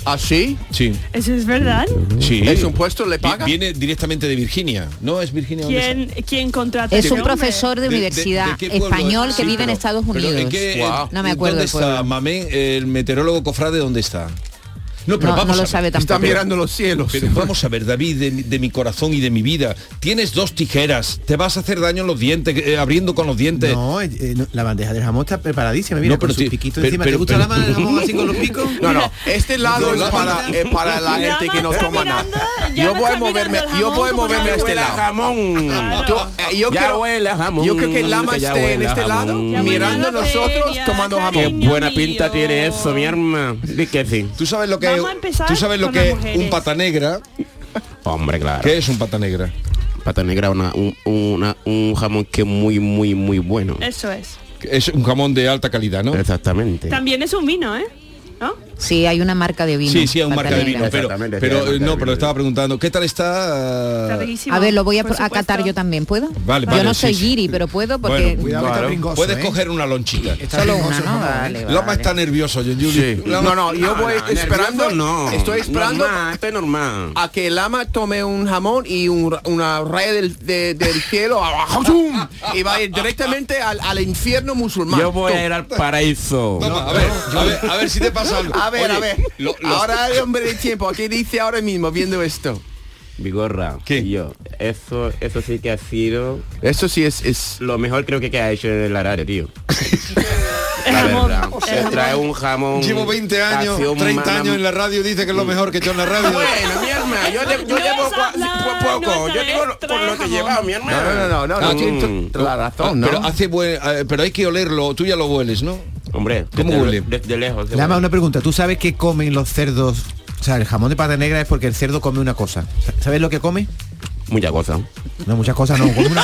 [SPEAKER 2] ¿Así?
[SPEAKER 1] Sí.
[SPEAKER 3] Eso es verdad.
[SPEAKER 1] Sí.
[SPEAKER 2] ¿Ah, ¿Es un puesto? ¿Le
[SPEAKER 1] Vi-
[SPEAKER 2] paga?
[SPEAKER 1] Viene directamente de Virginia. ¿No es Virginia? ¿Dónde
[SPEAKER 3] ¿Quién, ¿quién contrata
[SPEAKER 6] Es
[SPEAKER 3] ese
[SPEAKER 6] un
[SPEAKER 3] hombre?
[SPEAKER 6] profesor de
[SPEAKER 1] de-
[SPEAKER 6] universidad
[SPEAKER 1] de qué pueblo
[SPEAKER 6] español
[SPEAKER 1] es?
[SPEAKER 6] que
[SPEAKER 1] Sí,
[SPEAKER 6] vive en
[SPEAKER 1] pero-
[SPEAKER 6] Estados
[SPEAKER 1] pero
[SPEAKER 6] Unidos.
[SPEAKER 1] ¿en qué-
[SPEAKER 2] Wow.
[SPEAKER 6] No me acuerdo
[SPEAKER 1] ¿Dónde
[SPEAKER 6] el pueblo.
[SPEAKER 1] está Mamé, el meteorólogo cofrade, dónde está? No, pero
[SPEAKER 6] No,
[SPEAKER 1] vamos
[SPEAKER 6] no lo
[SPEAKER 1] a ver.
[SPEAKER 6] sabe tampoco.
[SPEAKER 2] Está mirando los cielos.
[SPEAKER 1] Pero vamos a ver, David, de, mi- de mi corazón y de mi vida, tienes dos tijeras, te vas a hacer daño en los dientes, eh, abriendo con los dientes.
[SPEAKER 5] No, eh, eh, no, la bandeja del jamón está preparadísima, mira,
[SPEAKER 1] No,
[SPEAKER 5] con
[SPEAKER 1] pero
[SPEAKER 5] sus
[SPEAKER 1] ti-
[SPEAKER 5] piquitos
[SPEAKER 1] pero-
[SPEAKER 5] encima.
[SPEAKER 1] pero-
[SPEAKER 5] ¿Te gusta la
[SPEAKER 1] pero-
[SPEAKER 5] mano del jamón así con los picos?
[SPEAKER 2] No, no, este lado es para, es para la
[SPEAKER 3] Ya
[SPEAKER 2] gente
[SPEAKER 3] me
[SPEAKER 2] que no
[SPEAKER 3] está
[SPEAKER 2] toma nada.
[SPEAKER 3] mirando, ya
[SPEAKER 2] Yo
[SPEAKER 3] me
[SPEAKER 2] voy a
[SPEAKER 3] está
[SPEAKER 2] moverme,
[SPEAKER 3] mirando el
[SPEAKER 2] yo
[SPEAKER 3] jamón
[SPEAKER 2] voy a
[SPEAKER 3] como
[SPEAKER 2] moverme a
[SPEAKER 3] la
[SPEAKER 2] este
[SPEAKER 4] Huele a
[SPEAKER 2] lado.
[SPEAKER 4] jamón.
[SPEAKER 1] Mm.
[SPEAKER 2] Tú, eh, yo,
[SPEAKER 4] Ya
[SPEAKER 2] creo,
[SPEAKER 4] huele a jamón.
[SPEAKER 2] yo creo que Lama
[SPEAKER 4] Ya
[SPEAKER 2] esté en
[SPEAKER 4] huele a
[SPEAKER 2] este lado,
[SPEAKER 4] jamón.
[SPEAKER 3] Ya
[SPEAKER 2] mirando a
[SPEAKER 3] huele a
[SPEAKER 2] nosotros,
[SPEAKER 3] feria,
[SPEAKER 2] tomando
[SPEAKER 4] Qué
[SPEAKER 2] jamón.
[SPEAKER 3] cariño
[SPEAKER 4] buena
[SPEAKER 3] mío.
[SPEAKER 4] pinta tiene eso, mi hermana. Di que sí.
[SPEAKER 1] Tú sabes lo que es,
[SPEAKER 3] Vamos a empezar
[SPEAKER 1] tú sabes lo
[SPEAKER 3] con
[SPEAKER 1] que
[SPEAKER 3] las
[SPEAKER 1] es
[SPEAKER 3] mujeres.
[SPEAKER 1] un pata negra,
[SPEAKER 4] Hombre, claro.
[SPEAKER 1] ¿qué es un pata negra?
[SPEAKER 4] pata negra, una, un, una- un jamón que es muy, muy, muy bueno.
[SPEAKER 2] ah,
[SPEAKER 3] Eso es.
[SPEAKER 1] Es un jamón de alta calidad, ¿no?
[SPEAKER 4] Exactamente.
[SPEAKER 3] También es un vino, ¿eh? ¿No?
[SPEAKER 6] Sí, hay una marca de vino.
[SPEAKER 1] Sí, sí, es un
[SPEAKER 6] Pata
[SPEAKER 1] marca de
[SPEAKER 6] Negra.
[SPEAKER 1] vino, pero,
[SPEAKER 4] Exactamente, sí, hay
[SPEAKER 1] pero
[SPEAKER 4] marca
[SPEAKER 1] eh,
[SPEAKER 4] de
[SPEAKER 1] no,
[SPEAKER 4] vino.
[SPEAKER 1] pero estaba preguntando, ¿qué tal
[SPEAKER 3] Está
[SPEAKER 1] está? eh,
[SPEAKER 3] riquísimo,
[SPEAKER 6] A ver, lo voy a
[SPEAKER 3] por
[SPEAKER 6] pro- a catar
[SPEAKER 3] supuesto.
[SPEAKER 6] yo también, ¿puedo?
[SPEAKER 1] Vale,
[SPEAKER 6] yo
[SPEAKER 1] vale,
[SPEAKER 6] no
[SPEAKER 1] sí,
[SPEAKER 6] soy
[SPEAKER 1] sí.
[SPEAKER 6] giri, pero puedo porque
[SPEAKER 1] Bueno,
[SPEAKER 5] Cuidado, que está
[SPEAKER 2] Claro.
[SPEAKER 5] pringoso,
[SPEAKER 1] Puedes
[SPEAKER 5] ¿eh?
[SPEAKER 1] coger una lonchita.
[SPEAKER 6] solo una, ¿no? Vale,
[SPEAKER 1] Lama
[SPEAKER 6] vale.
[SPEAKER 1] está nervioso, John Julius.
[SPEAKER 2] Sí. No, no, yo voy
[SPEAKER 4] Ah,
[SPEAKER 2] esperando.
[SPEAKER 4] nervioso no.
[SPEAKER 2] Estoy esperando
[SPEAKER 4] Normal, esto es normal.
[SPEAKER 2] a que el ama tome un jamón y un ra- una raya del, de- del cielo abajo, ¡zum! y vaya directamente al, al infierno musulmán.
[SPEAKER 4] Yo voy a ir al paraíso.
[SPEAKER 1] Toma, a ver, a ver, a ver si te pasa algo.
[SPEAKER 2] A ver,
[SPEAKER 1] Oye,
[SPEAKER 2] a ver.
[SPEAKER 1] lo- lo-
[SPEAKER 2] Ahora el hombre de tiempo, ¿qué dice ahora mismo viendo esto?
[SPEAKER 4] Vigorra.
[SPEAKER 1] ¿Qué?
[SPEAKER 4] y Yo. Eso, eso sí que ha sido
[SPEAKER 2] Esto sí es, es
[SPEAKER 4] lo mejor creo que, que ha hecho en el Arare, tío.
[SPEAKER 3] Es
[SPEAKER 4] La
[SPEAKER 3] jamón,
[SPEAKER 4] verdad.
[SPEAKER 3] es
[SPEAKER 4] Se
[SPEAKER 3] jamón.
[SPEAKER 4] trae un jamón.
[SPEAKER 1] Llevo 20 años,
[SPEAKER 4] casi un
[SPEAKER 1] 30 años
[SPEAKER 4] manam-
[SPEAKER 1] en la radio, dice que es lo mejor que yo en la radio.
[SPEAKER 4] Bueno, mi hermana, yo, lle-
[SPEAKER 3] No
[SPEAKER 4] yo llevo
[SPEAKER 3] es
[SPEAKER 4] cua-
[SPEAKER 3] hablar,
[SPEAKER 4] po- poco.
[SPEAKER 3] no es
[SPEAKER 4] pues, yo digo lo-
[SPEAKER 3] hablar,
[SPEAKER 4] con lo que
[SPEAKER 3] trae
[SPEAKER 4] he llevado, mi
[SPEAKER 2] No, no, no,
[SPEAKER 4] hermana.
[SPEAKER 2] no, no, no,
[SPEAKER 1] Ah,
[SPEAKER 2] tiene
[SPEAKER 4] mm.
[SPEAKER 2] to- la razón, ¿no?
[SPEAKER 1] Pero hace buen, eh, pero hay que olerlo, tú ya lo hueles, ¿no?
[SPEAKER 4] Hombre,
[SPEAKER 1] ¿Cómo
[SPEAKER 4] desde,
[SPEAKER 1] huele?
[SPEAKER 4] desde lejos. se
[SPEAKER 5] Lama,
[SPEAKER 4] huele.
[SPEAKER 5] una pregunta. ¿Tú sabes qué comen los cerdos? O sea, el jamón de pata negra es porque el cerdo come una cosa. ¿Sabes lo que come?
[SPEAKER 4] Mucha cosa.
[SPEAKER 5] No, muchas cosas no. Come una,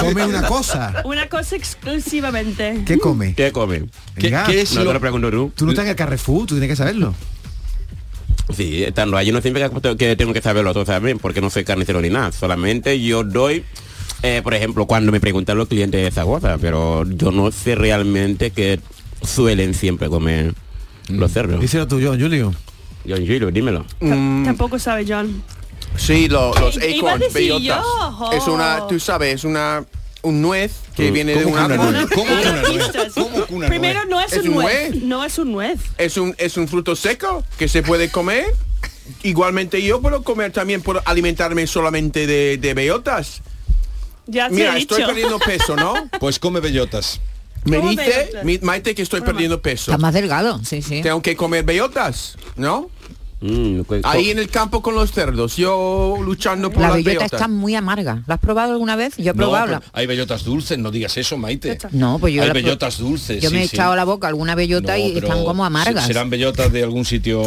[SPEAKER 5] come una cosa.
[SPEAKER 3] Una cosa exclusivamente.
[SPEAKER 5] ¿Qué come?
[SPEAKER 4] ¿Qué come?
[SPEAKER 1] ¿Qué,
[SPEAKER 5] Venga.
[SPEAKER 1] qué es
[SPEAKER 4] No te
[SPEAKER 1] lo,
[SPEAKER 4] lo pregunto tú.
[SPEAKER 5] Tú no estás en el Carrefour, tú tienes que saberlo.
[SPEAKER 4] Sí, estando allí no siempre que- que tengo que saberlo todo también, porque no soy carnicero ni nada. Solamente yo doy, eh, por ejemplo, cuando me preguntan los clientes esa cosa, pero yo no sé realmente que suelen siempre comer
[SPEAKER 1] Mm.
[SPEAKER 4] los cerdos.
[SPEAKER 5] Díselo tú, John Julio.
[SPEAKER 4] John Gilo, dímelo.
[SPEAKER 3] Tam- Tampoco sabe John.
[SPEAKER 2] Sí, lo- los
[SPEAKER 3] I- iba a
[SPEAKER 2] acorns,
[SPEAKER 3] decir yo,
[SPEAKER 2] bellotas.
[SPEAKER 3] jo.
[SPEAKER 2] Es una, tú sabes, es una un nuez que
[SPEAKER 4] Mm.
[SPEAKER 2] viene de
[SPEAKER 1] ¿Cómo
[SPEAKER 2] un
[SPEAKER 1] que una
[SPEAKER 2] árbol.
[SPEAKER 1] nuez? ¿Cómo que una
[SPEAKER 3] Claro,
[SPEAKER 1] nuez?
[SPEAKER 3] pistas.
[SPEAKER 1] ¿Cómo que una
[SPEAKER 3] Primero
[SPEAKER 1] nuez?
[SPEAKER 3] no es,
[SPEAKER 2] eh, ¿Es
[SPEAKER 3] un
[SPEAKER 2] un
[SPEAKER 3] nuez.
[SPEAKER 2] nuez?
[SPEAKER 3] No es un nuez.
[SPEAKER 2] Es un es un fruto seco que se puede comer. Igualmente yo puedo comer también por alimentarme solamente de, de bellotas.
[SPEAKER 3] Ya te
[SPEAKER 2] Mira,
[SPEAKER 3] he
[SPEAKER 2] estoy
[SPEAKER 3] dicho.
[SPEAKER 2] perdiendo peso, ¿no?
[SPEAKER 1] Pues come bellotas.
[SPEAKER 2] Me
[SPEAKER 3] ¿Cómo
[SPEAKER 2] dice
[SPEAKER 3] bellotas?
[SPEAKER 2] mi- Maite que estoy
[SPEAKER 3] Broma.
[SPEAKER 2] perdiendo peso.
[SPEAKER 6] Está ¿eh? más delgado, sí, sí.
[SPEAKER 2] Tengo que comer bellotas, ¿no?
[SPEAKER 4] Mm, cu-
[SPEAKER 2] Ahí en el campo con los cerdos, yo luchando por
[SPEAKER 6] La
[SPEAKER 2] las
[SPEAKER 6] bellota
[SPEAKER 2] bellotas.
[SPEAKER 6] está muy amarga. ¿La has probado alguna vez? Yo he
[SPEAKER 1] No,
[SPEAKER 6] probado.
[SPEAKER 1] pero
[SPEAKER 6] la-
[SPEAKER 1] hay bellotas dulces, no digas eso, Maite.
[SPEAKER 6] No, pues yo
[SPEAKER 1] Hay
[SPEAKER 6] la pro-
[SPEAKER 1] bellotas dulces.
[SPEAKER 6] Yo
[SPEAKER 1] sí,
[SPEAKER 6] me he
[SPEAKER 1] sí.
[SPEAKER 6] echado a la boca alguna bellota
[SPEAKER 1] No,
[SPEAKER 6] y
[SPEAKER 1] pero
[SPEAKER 6] están como amargas.
[SPEAKER 1] se- Serán bellotas de algún sitio,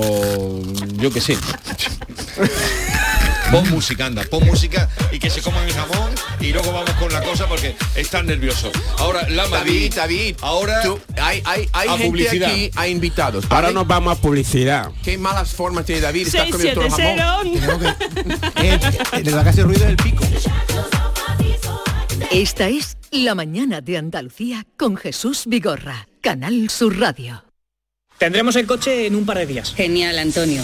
[SPEAKER 1] yo que sé. Pon música, anda, pon música y que se coman el jamón y luego vamos con la cosa porque están nerviosos. Ahora, Lama, di-
[SPEAKER 2] David, David,
[SPEAKER 1] ahora
[SPEAKER 2] tú- hay, hay, hay
[SPEAKER 1] a
[SPEAKER 2] gente
[SPEAKER 1] publicidad.
[SPEAKER 2] aquí, hay invitados.
[SPEAKER 4] Ahora
[SPEAKER 2] ¿vale?
[SPEAKER 4] nos vamos a publicidad.
[SPEAKER 2] Qué malas formas tiene David. Está comiendo todo el jamón.
[SPEAKER 3] 670.
[SPEAKER 5] Eh, eh, lo que hace ruido es el pico.
[SPEAKER 7] Esta es La mañana de Andalucía con Jesús Vigorra, Canal Sur Radio.
[SPEAKER 8] Tendremos el coche en un par de días.
[SPEAKER 9] Genial, Antonio.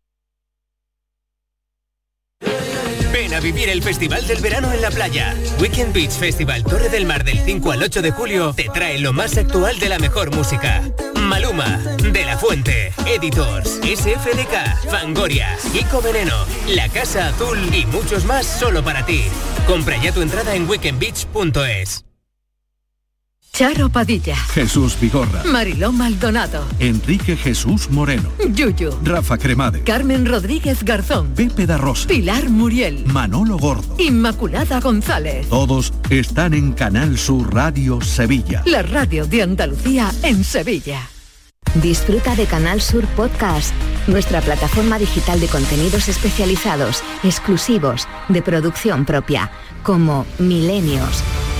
[SPEAKER 10] Ven a vivir el Festival del Verano en la playa. Weekend Beach Festival Torre del Mar del 5 al 8 de julio te trae lo más actual de la mejor música. Maluma, De La Fuente, Editors, SFDK, Fangoria, Kiko Veneno, La Casa Azul y muchos más solo para ti. Compra ya tu entrada en weekendbeach.es.
[SPEAKER 7] Charo Padilla,
[SPEAKER 11] Jesús Vigorra,
[SPEAKER 7] Mariló Maldonado,
[SPEAKER 11] Enrique Jesús Moreno,
[SPEAKER 7] Yuyu,
[SPEAKER 11] Rafa Cremade,
[SPEAKER 7] Carmen Rodríguez Garzón,
[SPEAKER 11] Pepe da Rosa,
[SPEAKER 7] Pilar Muriel,
[SPEAKER 11] Manolo Gordo.
[SPEAKER 7] Inmaculada González.
[SPEAKER 11] Todos están en Canal Sur Radio Sevilla.
[SPEAKER 7] La radio de Andalucía en Sevilla.
[SPEAKER 9] Disfruta de Canal Sur Podcast, nuestra plataforma digital de contenidos especializados, exclusivos, de producción propia, como Milenios,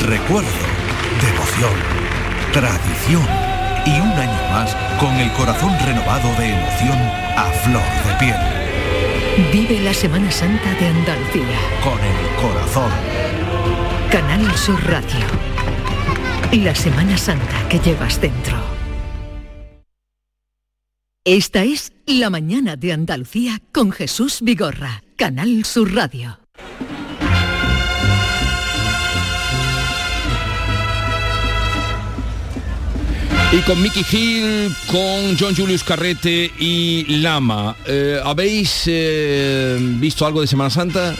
[SPEAKER 11] Recuerdo. Devoción. Tradición. Y un año más con el corazón renovado de emoción a flor de piel.
[SPEAKER 7] Vive la Semana Santa de Andalucía.
[SPEAKER 11] Con el corazón.
[SPEAKER 7] Canal Sur Radio. La Semana Santa que llevas dentro. Esta es La Mañana de Andalucía con Jesús Vigorra. Canal Sur Radio.
[SPEAKER 1] Y con Mickey Hill, con John Julius Carrete y Lama. Eh, ¿Habéis eh, visto algo de Semana Santa?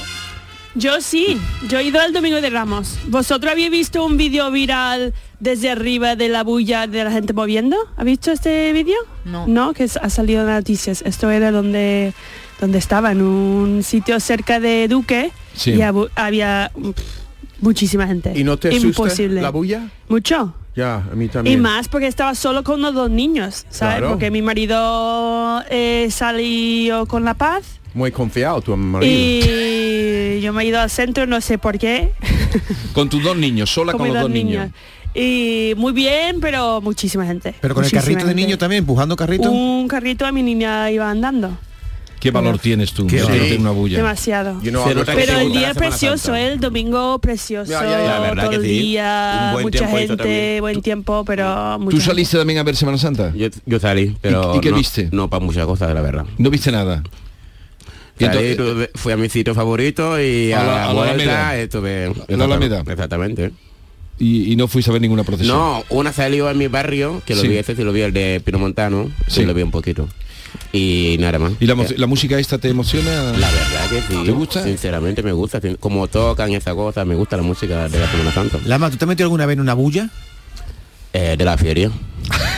[SPEAKER 3] Yo sí, yo he ido al Domingo de Ramos. ¿Vosotros habéis visto un vídeo viral desde arriba de la bulla de la gente moviendo? ¿Habéis visto este vídeo? No. No, que es- ha salido en las noticias. Esto era donde, donde estaba, en un sitio cerca de Duque.
[SPEAKER 2] Sí.
[SPEAKER 3] Y abu- había mm, pff, muchísima gente.
[SPEAKER 2] ¿Y no te asusta
[SPEAKER 3] Imposible.
[SPEAKER 2] la bulla?
[SPEAKER 3] Mucho.
[SPEAKER 2] Ya, a mí
[SPEAKER 3] Y
[SPEAKER 2] también.
[SPEAKER 3] más porque estaba solo con los dos niños, ¿sabes?
[SPEAKER 2] Claro.
[SPEAKER 3] Porque mi marido eh, salió con la paz
[SPEAKER 2] Muy confiado tu marido.
[SPEAKER 3] y yo me he ido al centro, no sé por qué.
[SPEAKER 1] Con tus dos niños, sola
[SPEAKER 3] con
[SPEAKER 1] con
[SPEAKER 3] mis
[SPEAKER 1] los
[SPEAKER 3] dos
[SPEAKER 1] dos niños.
[SPEAKER 3] niños. Y Eh, muy bien, pero muchísima gente.
[SPEAKER 5] Pero con el
[SPEAKER 3] muchísima
[SPEAKER 5] carrito de
[SPEAKER 3] gente.
[SPEAKER 5] niño también, empujando carrito.
[SPEAKER 3] Un carrito a mi niña iba andando.
[SPEAKER 1] ¿Qué valor tienes tú?
[SPEAKER 5] Qué
[SPEAKER 1] Sí,
[SPEAKER 5] valor.
[SPEAKER 1] no tiene una bulla.
[SPEAKER 3] Demasiado.
[SPEAKER 1] Yo no hablo Cero
[SPEAKER 3] pero el
[SPEAKER 1] tranquilo.
[SPEAKER 3] día
[SPEAKER 1] La
[SPEAKER 3] es
[SPEAKER 1] Semana
[SPEAKER 3] precioso, ¿eh? el domingo precioso,
[SPEAKER 1] Ya, ya, ya, la verdad
[SPEAKER 3] todo
[SPEAKER 1] que
[SPEAKER 3] el
[SPEAKER 1] sí.
[SPEAKER 3] día,
[SPEAKER 1] Un buen
[SPEAKER 3] mucha
[SPEAKER 1] tiempo hizo
[SPEAKER 3] gente,
[SPEAKER 1] también.
[SPEAKER 3] buen tiempo, pero mucha
[SPEAKER 1] ¿Tú
[SPEAKER 3] gente.
[SPEAKER 1] saliste también a ver Semana Santa?
[SPEAKER 4] Yo, yo salí, pero
[SPEAKER 1] ¿Y- y qué
[SPEAKER 4] no,
[SPEAKER 1] viste?
[SPEAKER 4] No para muchas cosas, la verdad.
[SPEAKER 1] ¿No viste nada?
[SPEAKER 4] Salí, tuve- fui a mi sitio favorito y
[SPEAKER 1] A
[SPEAKER 4] a,
[SPEAKER 1] la- a
[SPEAKER 4] la,
[SPEAKER 1] la
[SPEAKER 4] vuelta
[SPEAKER 1] Alameda.
[SPEAKER 4] estuve-
[SPEAKER 1] Eh, ¿La Alameda?
[SPEAKER 4] Exactamente.
[SPEAKER 1] Y, y no fuiste a ver ninguna procesión.
[SPEAKER 4] No, una salió en mi barrio, que lo
[SPEAKER 1] Sí.
[SPEAKER 4] vi ese, sí lo vi el de Pino Montano, sí.
[SPEAKER 1] Sí.
[SPEAKER 4] lo vi un poquito. Y nada más.
[SPEAKER 1] ¿Y la, mo- la música esta te emociona?
[SPEAKER 4] Eh. La verdad que sí.
[SPEAKER 1] ¿Te gusta?
[SPEAKER 4] Sinceramente me gusta. sin- Como tocan esa cosa, me gusta la música de la Semana Santa.
[SPEAKER 5] Lama, ¿tú te has metido alguna vez en una bulla?
[SPEAKER 4] Eh, de la feria.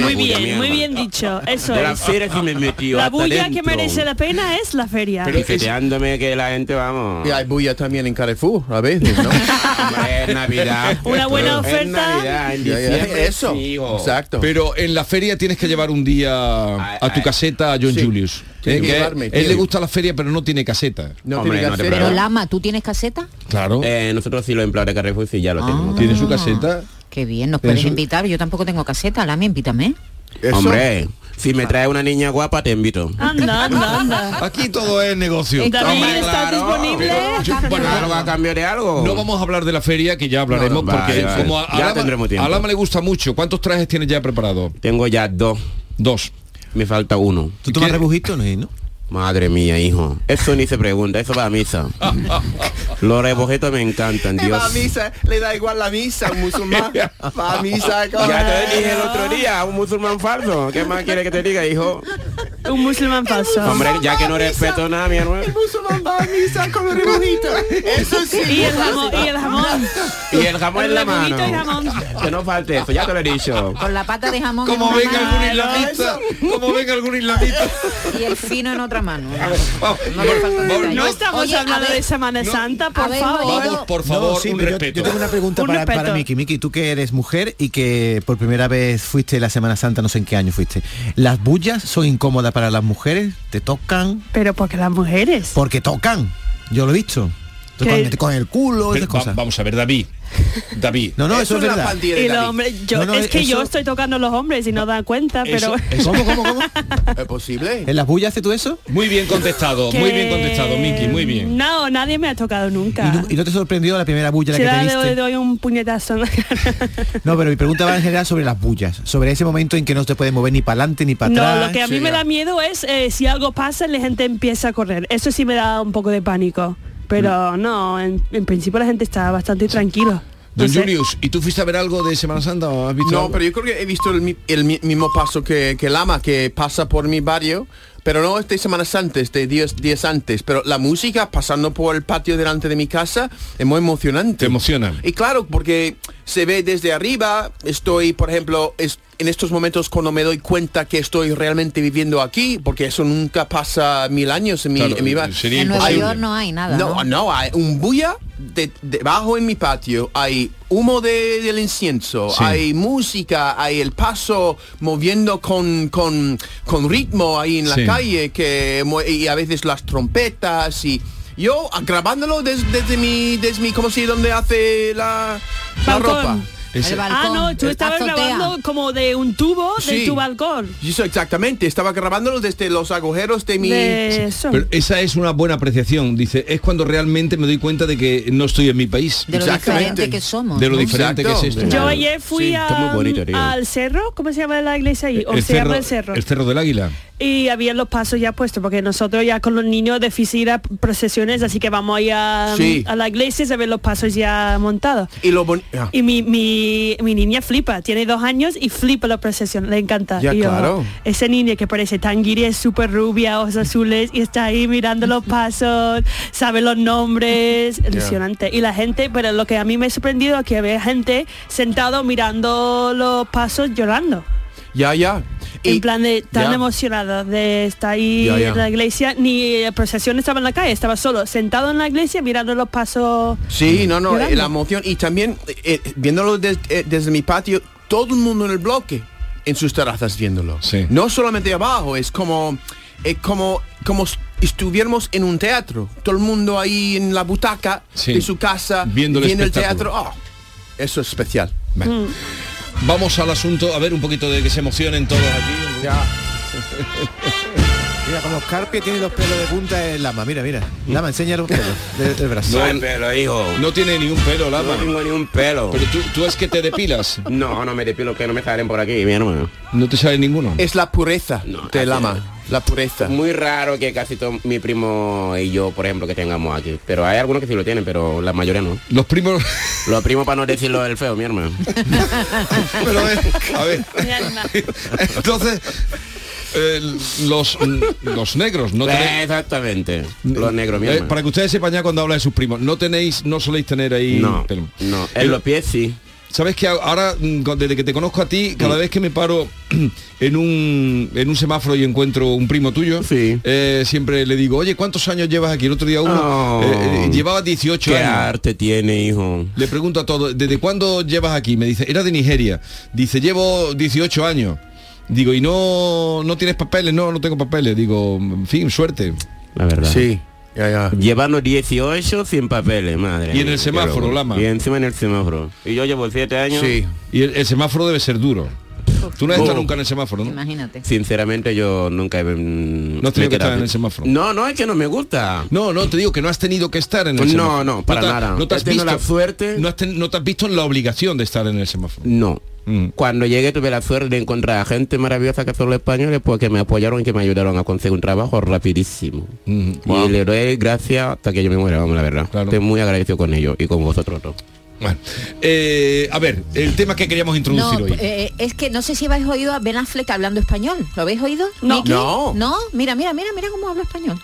[SPEAKER 3] Muy bien, muy bien dicho. Eso
[SPEAKER 4] De la
[SPEAKER 3] es.
[SPEAKER 4] feria sí me metí
[SPEAKER 3] La
[SPEAKER 4] hasta
[SPEAKER 3] bulla que
[SPEAKER 4] dentro.
[SPEAKER 3] merece la pena es la feria.
[SPEAKER 4] Pero Pifeteándome que la gente, vamos.
[SPEAKER 2] Y hay bulla también en Carrefour, a veces, ¿no?
[SPEAKER 4] Es Navidad.
[SPEAKER 3] Una buena
[SPEAKER 4] Es
[SPEAKER 3] oferta.
[SPEAKER 4] Navidad, en
[SPEAKER 2] Ya, ya,
[SPEAKER 4] diciembre,
[SPEAKER 2] eso.
[SPEAKER 4] sí, hijo.
[SPEAKER 2] Exacto.
[SPEAKER 1] Pero en la feria tienes que llevar un día a tu caseta a John Julius.
[SPEAKER 2] Tiene
[SPEAKER 1] Eh,
[SPEAKER 2] que
[SPEAKER 1] que
[SPEAKER 2] llevarme,
[SPEAKER 1] él
[SPEAKER 2] tío.
[SPEAKER 1] le gusta la feria, pero no tiene caseta.
[SPEAKER 2] No
[SPEAKER 4] Hombre,
[SPEAKER 2] tiene
[SPEAKER 4] no te
[SPEAKER 2] que hacer-
[SPEAKER 6] Pero Lama, ¿tú tienes caseta?
[SPEAKER 1] Claro.
[SPEAKER 4] Eh, nosotros sí los empleados de Carrefour sí ya lo tenemos.
[SPEAKER 1] Tiene su caseta.
[SPEAKER 6] Qué bien, nos puedes
[SPEAKER 1] Eso-
[SPEAKER 6] invitar. Yo tampoco tengo caseta. Lama, invítame.
[SPEAKER 2] Eso-
[SPEAKER 4] Hombre, si me traes una niña guapa, te invito.
[SPEAKER 3] Anda, anda, anda.
[SPEAKER 1] Aquí todo es negocio.
[SPEAKER 6] Eh,
[SPEAKER 3] David,
[SPEAKER 6] Hombre,
[SPEAKER 3] ¿estás
[SPEAKER 4] claro,
[SPEAKER 3] disponible?
[SPEAKER 4] pero
[SPEAKER 1] Yo- bueno,
[SPEAKER 4] Claro, va a cambio de algo.
[SPEAKER 1] no vamos a hablar de la feria, que ya hablaremos,
[SPEAKER 4] No, no,
[SPEAKER 1] porque
[SPEAKER 4] vale, vale.
[SPEAKER 1] como a, a
[SPEAKER 4] Ya
[SPEAKER 1] Lama-
[SPEAKER 4] tendremos tiempo.
[SPEAKER 1] a Lama le gusta mucho. ¿Cuántos trajes tienes ya preparado?
[SPEAKER 4] Tengo ya dos.
[SPEAKER 1] Dos.
[SPEAKER 4] Me falta uno.
[SPEAKER 5] ¿Tú tomas
[SPEAKER 1] ¿Qué?
[SPEAKER 5] rebujitos, no?
[SPEAKER 4] Madre mía, hijo. Eso ni se pregunta, eso va a misa. Los rebojetos me encantan,
[SPEAKER 2] Va a
[SPEAKER 4] Dios.
[SPEAKER 2] misa, le da igual la misa, un musulmán. Va a misa,
[SPEAKER 4] Ya te dije el otro día, un musulmán falso. ¿Qué más quiere que te diga, hijo?
[SPEAKER 3] Un musulmán falso.
[SPEAKER 4] Hombre, ya que no respeto nada, mi hermano.
[SPEAKER 2] musulmán va a misa con el rebujito. Eso
[SPEAKER 3] Y el jamón, y el jamón.
[SPEAKER 4] Y el jamón en la
[SPEAKER 3] El rebujito y
[SPEAKER 4] mano.
[SPEAKER 3] jamón.
[SPEAKER 4] Que no falte eso, ya te lo he dicho.
[SPEAKER 6] Con la pata de jamón en
[SPEAKER 1] Como
[SPEAKER 6] una
[SPEAKER 1] venga
[SPEAKER 6] mano
[SPEAKER 1] algún islamista, como venga algún islamista.
[SPEAKER 6] y el fino en otra mano.
[SPEAKER 1] Vamos,
[SPEAKER 6] No le falta
[SPEAKER 1] vamos,
[SPEAKER 6] detalle.
[SPEAKER 3] No estamos
[SPEAKER 6] Oye, a
[SPEAKER 3] hablando
[SPEAKER 6] ver,
[SPEAKER 3] de Semana
[SPEAKER 1] no.
[SPEAKER 3] Santa,
[SPEAKER 6] A
[SPEAKER 3] por
[SPEAKER 6] ver,
[SPEAKER 3] favor.
[SPEAKER 6] Moreno.
[SPEAKER 1] Vamos, por favor,
[SPEAKER 5] No, sí,
[SPEAKER 1] un
[SPEAKER 5] pero yo-
[SPEAKER 1] respeto.
[SPEAKER 5] Yo, tengo una pregunta
[SPEAKER 3] Un
[SPEAKER 5] para, para
[SPEAKER 3] respeto.
[SPEAKER 5] Miki. Miki, tú que eres mujer y que por primera vez fuiste la Semana Santa, no sé en qué año fuiste. ¿Las bullas son incómodas para las mujeres? ¿Te tocan?
[SPEAKER 3] Pero porque las mujeres.
[SPEAKER 5] Porque tocan. Yo lo he visto. Te
[SPEAKER 3] ¿Qué?
[SPEAKER 5] cogen, te cogen el culo,
[SPEAKER 1] Pero
[SPEAKER 5] esas
[SPEAKER 1] va-
[SPEAKER 5] cosas.
[SPEAKER 1] vamos a ver, David. David.
[SPEAKER 5] No, no, eso es verdad.
[SPEAKER 3] Y los hombres, yo,
[SPEAKER 5] No, no,
[SPEAKER 3] es que yo
[SPEAKER 5] eso- eh,
[SPEAKER 3] estoy tocando a los hombres y no dan cuenta,
[SPEAKER 1] Eso-
[SPEAKER 3] pero
[SPEAKER 1] eso-
[SPEAKER 5] ¿Cómo, cómo, cómo?
[SPEAKER 2] ¿Es posible?
[SPEAKER 5] ¿En las bullas haces tú eso?
[SPEAKER 1] Muy bien contestado, muy bien
[SPEAKER 3] que-
[SPEAKER 1] contestado, Miki, muy bien.
[SPEAKER 3] No, nadie me ha tocado nunca.
[SPEAKER 5] ¿Y no, y no te sorprendió la primera bulla la
[SPEAKER 3] Si
[SPEAKER 5] que te
[SPEAKER 3] la
[SPEAKER 5] diste?
[SPEAKER 3] doy, doy un puñetazo en la cara.
[SPEAKER 5] No, pero mi pregunta va en general sobre las bullas, sobre ese momento en que no te puedes mover ni para adelante ni para atrás.
[SPEAKER 3] No, lo que a mí me da miedo es eh, si algo pasa, la gente empieza a correr. Eso
[SPEAKER 5] Mm.
[SPEAKER 3] sí me da un poco de pánico. Pero no, en, en principio la gente está bastante tranquila.
[SPEAKER 1] Don
[SPEAKER 2] No sé.
[SPEAKER 1] Julius, ¿y tú fuiste a ver algo de Semana Santa o has visto
[SPEAKER 2] No,
[SPEAKER 1] algo?
[SPEAKER 2] pero yo creo que he visto el, mi- el mi- mismo paso que, que Lama, que pasa por mi barrio, pero no este Semana Santa, este días, días antes, pero la música pasando por el patio delante de mi casa es muy emocionante. Te
[SPEAKER 1] emociona.
[SPEAKER 2] Y claro, porque se ve desde arriba, estoy, por ejemplo, es- en estos momentos cuando me doy cuenta que estoy realmente viviendo aquí, porque eso nunca pasa mil años en mi,
[SPEAKER 1] Claro, eh,
[SPEAKER 2] en mi bar-
[SPEAKER 1] sería
[SPEAKER 6] En Nueva York no hay nada.
[SPEAKER 2] no,
[SPEAKER 6] No,
[SPEAKER 2] no, hay un bulla de- debajo en mi patio, hay humo de- del incienso,
[SPEAKER 1] Sí.
[SPEAKER 2] hay música, hay el paso moviendo con, con, con ritmo ahí en la
[SPEAKER 1] Sí.
[SPEAKER 2] calle, que, mu- y a veces las trompetas y... Yo ah, grabándolo des- desde mi, desde mi, ¿cómo se donde hace la, la ropa?
[SPEAKER 3] Ah, no, tú estabas grabando como de un tubo de
[SPEAKER 2] Sí.
[SPEAKER 3] tu balcón.
[SPEAKER 2] Eso exactamente, estaba grabándolo desde los agujeros de mi...
[SPEAKER 3] De eso.
[SPEAKER 1] Pero esa es una buena apreciación. Dice, es cuando realmente me doy cuenta de que no estoy en mi país.
[SPEAKER 6] De lo Exactamente. diferente que somos,
[SPEAKER 1] De lo
[SPEAKER 6] ¿no?
[SPEAKER 1] diferente que es esto.
[SPEAKER 3] Yo ayer fui
[SPEAKER 1] Sí, está muy
[SPEAKER 3] a- mm,
[SPEAKER 1] bonito, tío.
[SPEAKER 3] al cerro, ¿cómo se llama la iglesia ahí? O se llama el cerro.
[SPEAKER 1] el cerro del águila.
[SPEAKER 3] Y había los pasos ya puestos, porque nosotros ya con los niños de física procesiones, así que vamos ahí a,
[SPEAKER 2] Sí.
[SPEAKER 3] a la iglesia a ver los pasos ya montados.
[SPEAKER 2] Y lo boni- ah.
[SPEAKER 3] Y mi, mi, mi niña flipa, tiene dos años y flipa la procesión, le encanta.
[SPEAKER 2] Ya,
[SPEAKER 3] Y yo,
[SPEAKER 2] claro.
[SPEAKER 3] Esa niña que parece tan guiri, es súper rubia, ojos azules, y está ahí mirando los pasos, sabe los nombres, impresionante. Y la gente, pero lo que a mí me ha sorprendido es que había gente sentado mirando los pasos llorando.
[SPEAKER 2] Ya, ya.
[SPEAKER 3] en plan de tan
[SPEAKER 2] ya.
[SPEAKER 3] emocionada de estar ahí
[SPEAKER 2] Ya, ya.
[SPEAKER 3] en la iglesia, ni la procesión estaba en la calle, estaba solo, sentado en la iglesia mirando los pasos.
[SPEAKER 2] Sí, no, no, eh,
[SPEAKER 3] llorando.
[SPEAKER 2] la emoción. Y también, eh, eh, viéndolo des- eh, desde mi patio, todo el mundo en el bloque, en sus terrazas viéndolo. No solamente abajo, es como, es como, como s- estuviéramos en un teatro. Todo el mundo ahí en la butaca
[SPEAKER 1] Sí.
[SPEAKER 2] de su casa,
[SPEAKER 1] Viendo el
[SPEAKER 2] viendo el
[SPEAKER 1] espectáculo.
[SPEAKER 2] teatro. Oh, eso es especial.
[SPEAKER 3] Mm.
[SPEAKER 1] Vamos al asunto, a ver un poquito de que se emocionen todos aquí.
[SPEAKER 5] Mira, con los carpies tiene los pelos de punta el lama. Mira, mira. Lama, enseña los pelos de- del brazo.
[SPEAKER 4] No hay pelo, hijo.
[SPEAKER 1] No tiene ni un pelo, Lama.
[SPEAKER 4] No tengo ni un pelo.
[SPEAKER 1] Pero tú, tú es que te depilas.
[SPEAKER 4] No, no me depilo, que no me salen por aquí, mi hermano.
[SPEAKER 1] No te sale ninguno.
[SPEAKER 2] Es la pureza del ama, la pureza.
[SPEAKER 4] Muy raro que casi todo mi primo y yo, por ejemplo, que tengamos aquí. Pero hay algunos que sí lo tienen, pero la mayoría no.
[SPEAKER 1] Los primos...
[SPEAKER 4] Los primos para no decirlo del feo, mi hermano.
[SPEAKER 1] Pero eh, a ver. Entonces, eh, los, los negros, no tenéis-
[SPEAKER 4] Eh, Exactamente. Los negros, mi
[SPEAKER 1] Eh,
[SPEAKER 4] hermano.
[SPEAKER 1] para que ustedes sepan ya cuando habla de sus primos, no tenéis, no soléis tener ahí
[SPEAKER 4] No,
[SPEAKER 1] pelo.
[SPEAKER 4] no, en los pies sí. Mm.
[SPEAKER 1] Sabes que ahora, mm, con- desde que te conozco a ti, cada vez que me paro en un, en un semáforo y encuentro un primo tuyo, eh, siempre le digo, oye, ¿cuántos años llevas aquí? El otro día uno
[SPEAKER 4] Oh.
[SPEAKER 1] eh, eh, llevaba 18
[SPEAKER 4] Qué
[SPEAKER 1] años.
[SPEAKER 4] arte tiene, hijo.
[SPEAKER 1] Le pregunto a todos, ¿desde cuándo llevas aquí? Me dice, era de Nigeria. Dice, llevo 18 años. Digo, ¿y no, no tienes papeles? No, no tengo papeles. Digo, en fin, suerte.
[SPEAKER 4] La verdad.
[SPEAKER 2] Sí. Ya, ya.
[SPEAKER 4] Llevarnos 18 sin papeles, madre.
[SPEAKER 1] Y
[SPEAKER 4] mía,
[SPEAKER 1] en
[SPEAKER 4] qué
[SPEAKER 1] el semáforo,
[SPEAKER 4] locura.
[SPEAKER 1] Lama.
[SPEAKER 4] Y encima en el semáforo. Y yo llevo 7 años.
[SPEAKER 1] Sí. Y el, el semáforo debe ser duro. Tú no has estado nunca en el semáforo, ¿no?
[SPEAKER 6] Imagínate.
[SPEAKER 4] Sinceramente yo nunca he... mm,
[SPEAKER 1] No
[SPEAKER 4] No
[SPEAKER 1] has tenido que estar en el semáforo.
[SPEAKER 4] No, no, es que no me gusta.
[SPEAKER 1] No, no, te digo que no has tenido que estar en el
[SPEAKER 4] No,
[SPEAKER 1] semáforo.
[SPEAKER 4] no, para
[SPEAKER 1] te-
[SPEAKER 4] nada.
[SPEAKER 1] No te
[SPEAKER 4] He
[SPEAKER 1] has visto
[SPEAKER 4] tenido la suerte.
[SPEAKER 1] No, has ten- no te has visto en la obligación de estar en el semáforo.
[SPEAKER 4] No.
[SPEAKER 1] Mm.
[SPEAKER 4] Cuando llegué tuve la suerte de encontrar a gente maravillosa que son los españoles porque me apoyaron y que me ayudaron a conseguir un trabajo rapidísimo.
[SPEAKER 1] Mm,
[SPEAKER 4] Y le doy gracias hasta que yo me muera, vamos, la verdad. Estoy muy agradecido con ellos y con vosotros dos.
[SPEAKER 1] Bueno, eh, a ver, el tema que queríamos introducir
[SPEAKER 6] No,
[SPEAKER 1] hoy.
[SPEAKER 6] eh, es que no sé si habéis oído a Ben Affleck hablando español. ¿Lo habéis oído?
[SPEAKER 12] No.
[SPEAKER 6] Miki?
[SPEAKER 12] No.
[SPEAKER 6] No, mira, mira, mira, mira cómo habla español.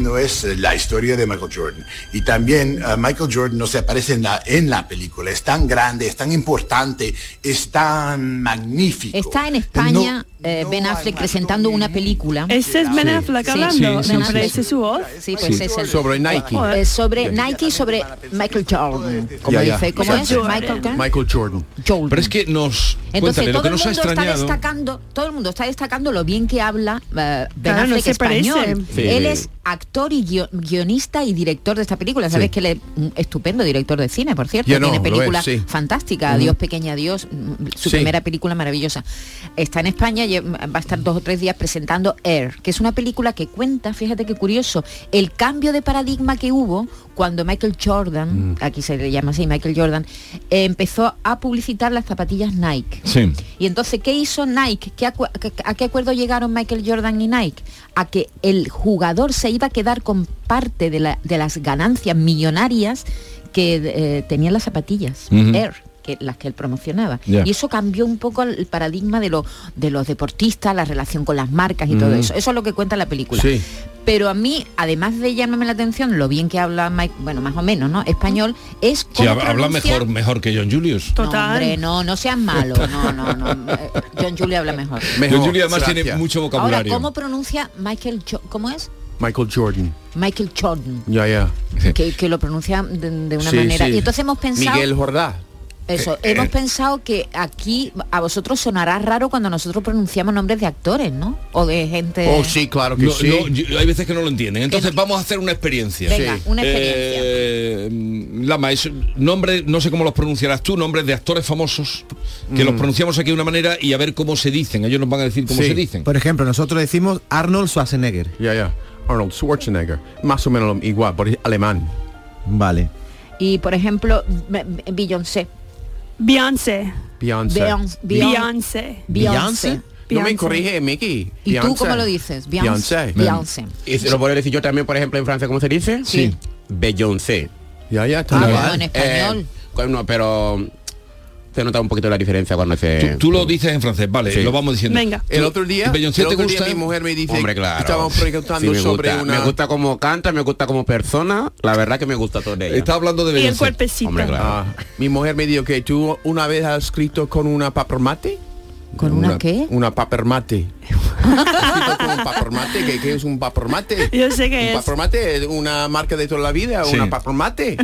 [SPEAKER 12] No es eh, la historia de Michael Jordan. Y también eh, Michael Jordan no se aparece en la, en la película. Es tan grande, es tan importante, es tan magnífico.
[SPEAKER 6] Está en España eh, Ben Affleck presentando una película.
[SPEAKER 3] ¿Este es Ben Sí. Affleck hablando? Sí, sí, Me sí, parece sí. su voz.
[SPEAKER 6] Sí, pues
[SPEAKER 3] Sí.
[SPEAKER 6] es el-
[SPEAKER 2] Sobre Nike.
[SPEAKER 6] Eh, sobre
[SPEAKER 2] Ya.
[SPEAKER 6] Nike y sobre Michael Jordan. Como
[SPEAKER 2] Ya, ya.
[SPEAKER 6] dice, ¿cómo es?
[SPEAKER 2] Exacto.
[SPEAKER 6] Michael Jordan.
[SPEAKER 2] Michael Jordan.
[SPEAKER 1] Pero es que nos...
[SPEAKER 6] Entonces
[SPEAKER 1] cuéntale,
[SPEAKER 6] todo
[SPEAKER 1] lo que
[SPEAKER 6] el
[SPEAKER 1] nos
[SPEAKER 6] mundo
[SPEAKER 1] ha
[SPEAKER 6] está
[SPEAKER 1] extrañado...
[SPEAKER 6] destacando, todo el mundo está destacando lo bien que habla eh, Ben
[SPEAKER 3] Claro, no
[SPEAKER 6] Affleck
[SPEAKER 3] se
[SPEAKER 6] español.
[SPEAKER 3] parece. Sí.
[SPEAKER 6] Él es actor y guio- guionista y director de esta película. Sabes
[SPEAKER 3] Sí.
[SPEAKER 6] que él es un estupendo director de cine, por cierto.
[SPEAKER 3] Ya no,
[SPEAKER 6] Tiene
[SPEAKER 3] lo es,
[SPEAKER 6] películas
[SPEAKER 3] sí.
[SPEAKER 6] fantásticas,
[SPEAKER 3] Ujú.
[SPEAKER 6] Dios pequeña Dios, mm, su
[SPEAKER 3] Sí.
[SPEAKER 6] primera película maravillosa. Está en España, lle- va a estar dos o tres días presentando Air, que es una película que cuenta, fíjate qué curioso, el cambio de paradigma que hubo cuando Michael Jordan, aquí se le llama así Michael Jordan, eh, empezó a publicitar las zapatillas Nike.
[SPEAKER 1] Sí.
[SPEAKER 6] Y entonces, ¿qué hizo Nike? ¿Qué acu- ¿A qué acuerdo llegaron Michael Jordan y Nike? A que el jugador se iba a quedar con parte de, la- de las ganancias millonarias que eh, tenían las zapatillas
[SPEAKER 13] Ujú.
[SPEAKER 6] Air, que, las que él promocionaba.
[SPEAKER 13] Ya.
[SPEAKER 6] Y eso cambió un poco el paradigma de, lo- de los deportistas, la relación con las marcas y todo
[SPEAKER 13] Ujú.
[SPEAKER 6] eso. Eso es lo que cuenta la película. Pero a mí, además de llamarme la atención lo bien que habla Mike, bueno, más o menos, ¿no? Español, es
[SPEAKER 1] Sí,
[SPEAKER 6] cómo
[SPEAKER 1] hab- habla
[SPEAKER 6] pronuncia-
[SPEAKER 1] mejor mejor que John Julius.
[SPEAKER 6] No, hombre, no, no seas malo. No, no, no. Eh, John Julio habla mejor.
[SPEAKER 1] John Julius además
[SPEAKER 2] gracias.
[SPEAKER 1] tiene mucho
[SPEAKER 6] Ahora,
[SPEAKER 1] vocabulario.
[SPEAKER 6] ¿cómo pronuncia Michael Jo- ¿Cómo es?
[SPEAKER 2] Michael Jordan.
[SPEAKER 6] Michael Jordan.
[SPEAKER 2] Ya, ya.
[SPEAKER 6] Que, que lo pronuncia de, de una
[SPEAKER 2] Sí,
[SPEAKER 6] manera.
[SPEAKER 2] sí.
[SPEAKER 6] Y entonces hemos pensado.
[SPEAKER 2] Miguel Jordá.
[SPEAKER 6] Eso,
[SPEAKER 2] Eh,
[SPEAKER 6] hemos
[SPEAKER 2] eh.
[SPEAKER 6] pensado que aquí a vosotros sonará raro cuando nosotros pronunciamos nombres de actores, ¿no? O de gente...
[SPEAKER 2] claro
[SPEAKER 1] que Oh, sí. hay veces que no lo entienden. Entonces vamos a hacer una experiencia.
[SPEAKER 6] Venga, Sí. una
[SPEAKER 1] experiencia. Lama, es nombre, no sé cómo los pronunciarás tú, nombres de actores famosos, que los pronunciamos aquí de una manera y a ver cómo se dicen. Ellos nos van a decir cómo se dicen.
[SPEAKER 5] Por ejemplo, nosotros decimos Arnold Schwarzenegger.
[SPEAKER 2] Ya, ya. Arnold Schwarzenegger. Más o menos lo- igual, por alemán.
[SPEAKER 5] Vale.
[SPEAKER 6] Y por ejemplo, B- B- Beyoncé.
[SPEAKER 3] Beyoncé.
[SPEAKER 2] Beyoncé.
[SPEAKER 6] Beyoncé.
[SPEAKER 3] Beyoncé.
[SPEAKER 2] Beyoncé. No me
[SPEAKER 6] Beyoncé.
[SPEAKER 2] corrige, Mickey.
[SPEAKER 6] ¿Y tú
[SPEAKER 2] Beyoncé.
[SPEAKER 6] cómo lo dices? Beyoncé. Beyoncé.
[SPEAKER 4] Y se lo puedo decir yo también, por ejemplo, en Francia, ¿cómo se dice?
[SPEAKER 6] Sí.
[SPEAKER 4] Beyoncé.
[SPEAKER 2] Ya, ya,
[SPEAKER 6] Ah, bueno, en español.
[SPEAKER 4] bueno, Eh, pero se nota un poquito la diferencia cuando se...
[SPEAKER 1] Tú lo dices en francés, vale, lo vamos diciendo.
[SPEAKER 3] Venga.
[SPEAKER 2] El otro día,
[SPEAKER 1] Beyoncé,
[SPEAKER 2] el
[SPEAKER 1] ¿te
[SPEAKER 2] otro día
[SPEAKER 1] gusta?
[SPEAKER 2] mi mujer me dice,
[SPEAKER 4] Hombre, claro.
[SPEAKER 2] estábamos preguntando
[SPEAKER 4] Sí, me
[SPEAKER 2] sobre
[SPEAKER 4] gusta.
[SPEAKER 2] una...
[SPEAKER 4] Me gusta como canta, me gusta como persona, la verdad que me gusta todo de ella.
[SPEAKER 2] Está hablando de Y el Beyoncé. cuerpecito.
[SPEAKER 4] Hombre, claro.
[SPEAKER 2] Ah, mi mujer me dijo que tú una vez has escrito con una papermate. ¿Con una, qué? Una papermate. Escrito con un papermate, ¿qué, qué es un papermate?
[SPEAKER 3] Yo sé
[SPEAKER 2] un
[SPEAKER 3] que es.
[SPEAKER 2] papermate es una marca de toda la vida,
[SPEAKER 1] Sí.
[SPEAKER 2] una papermate.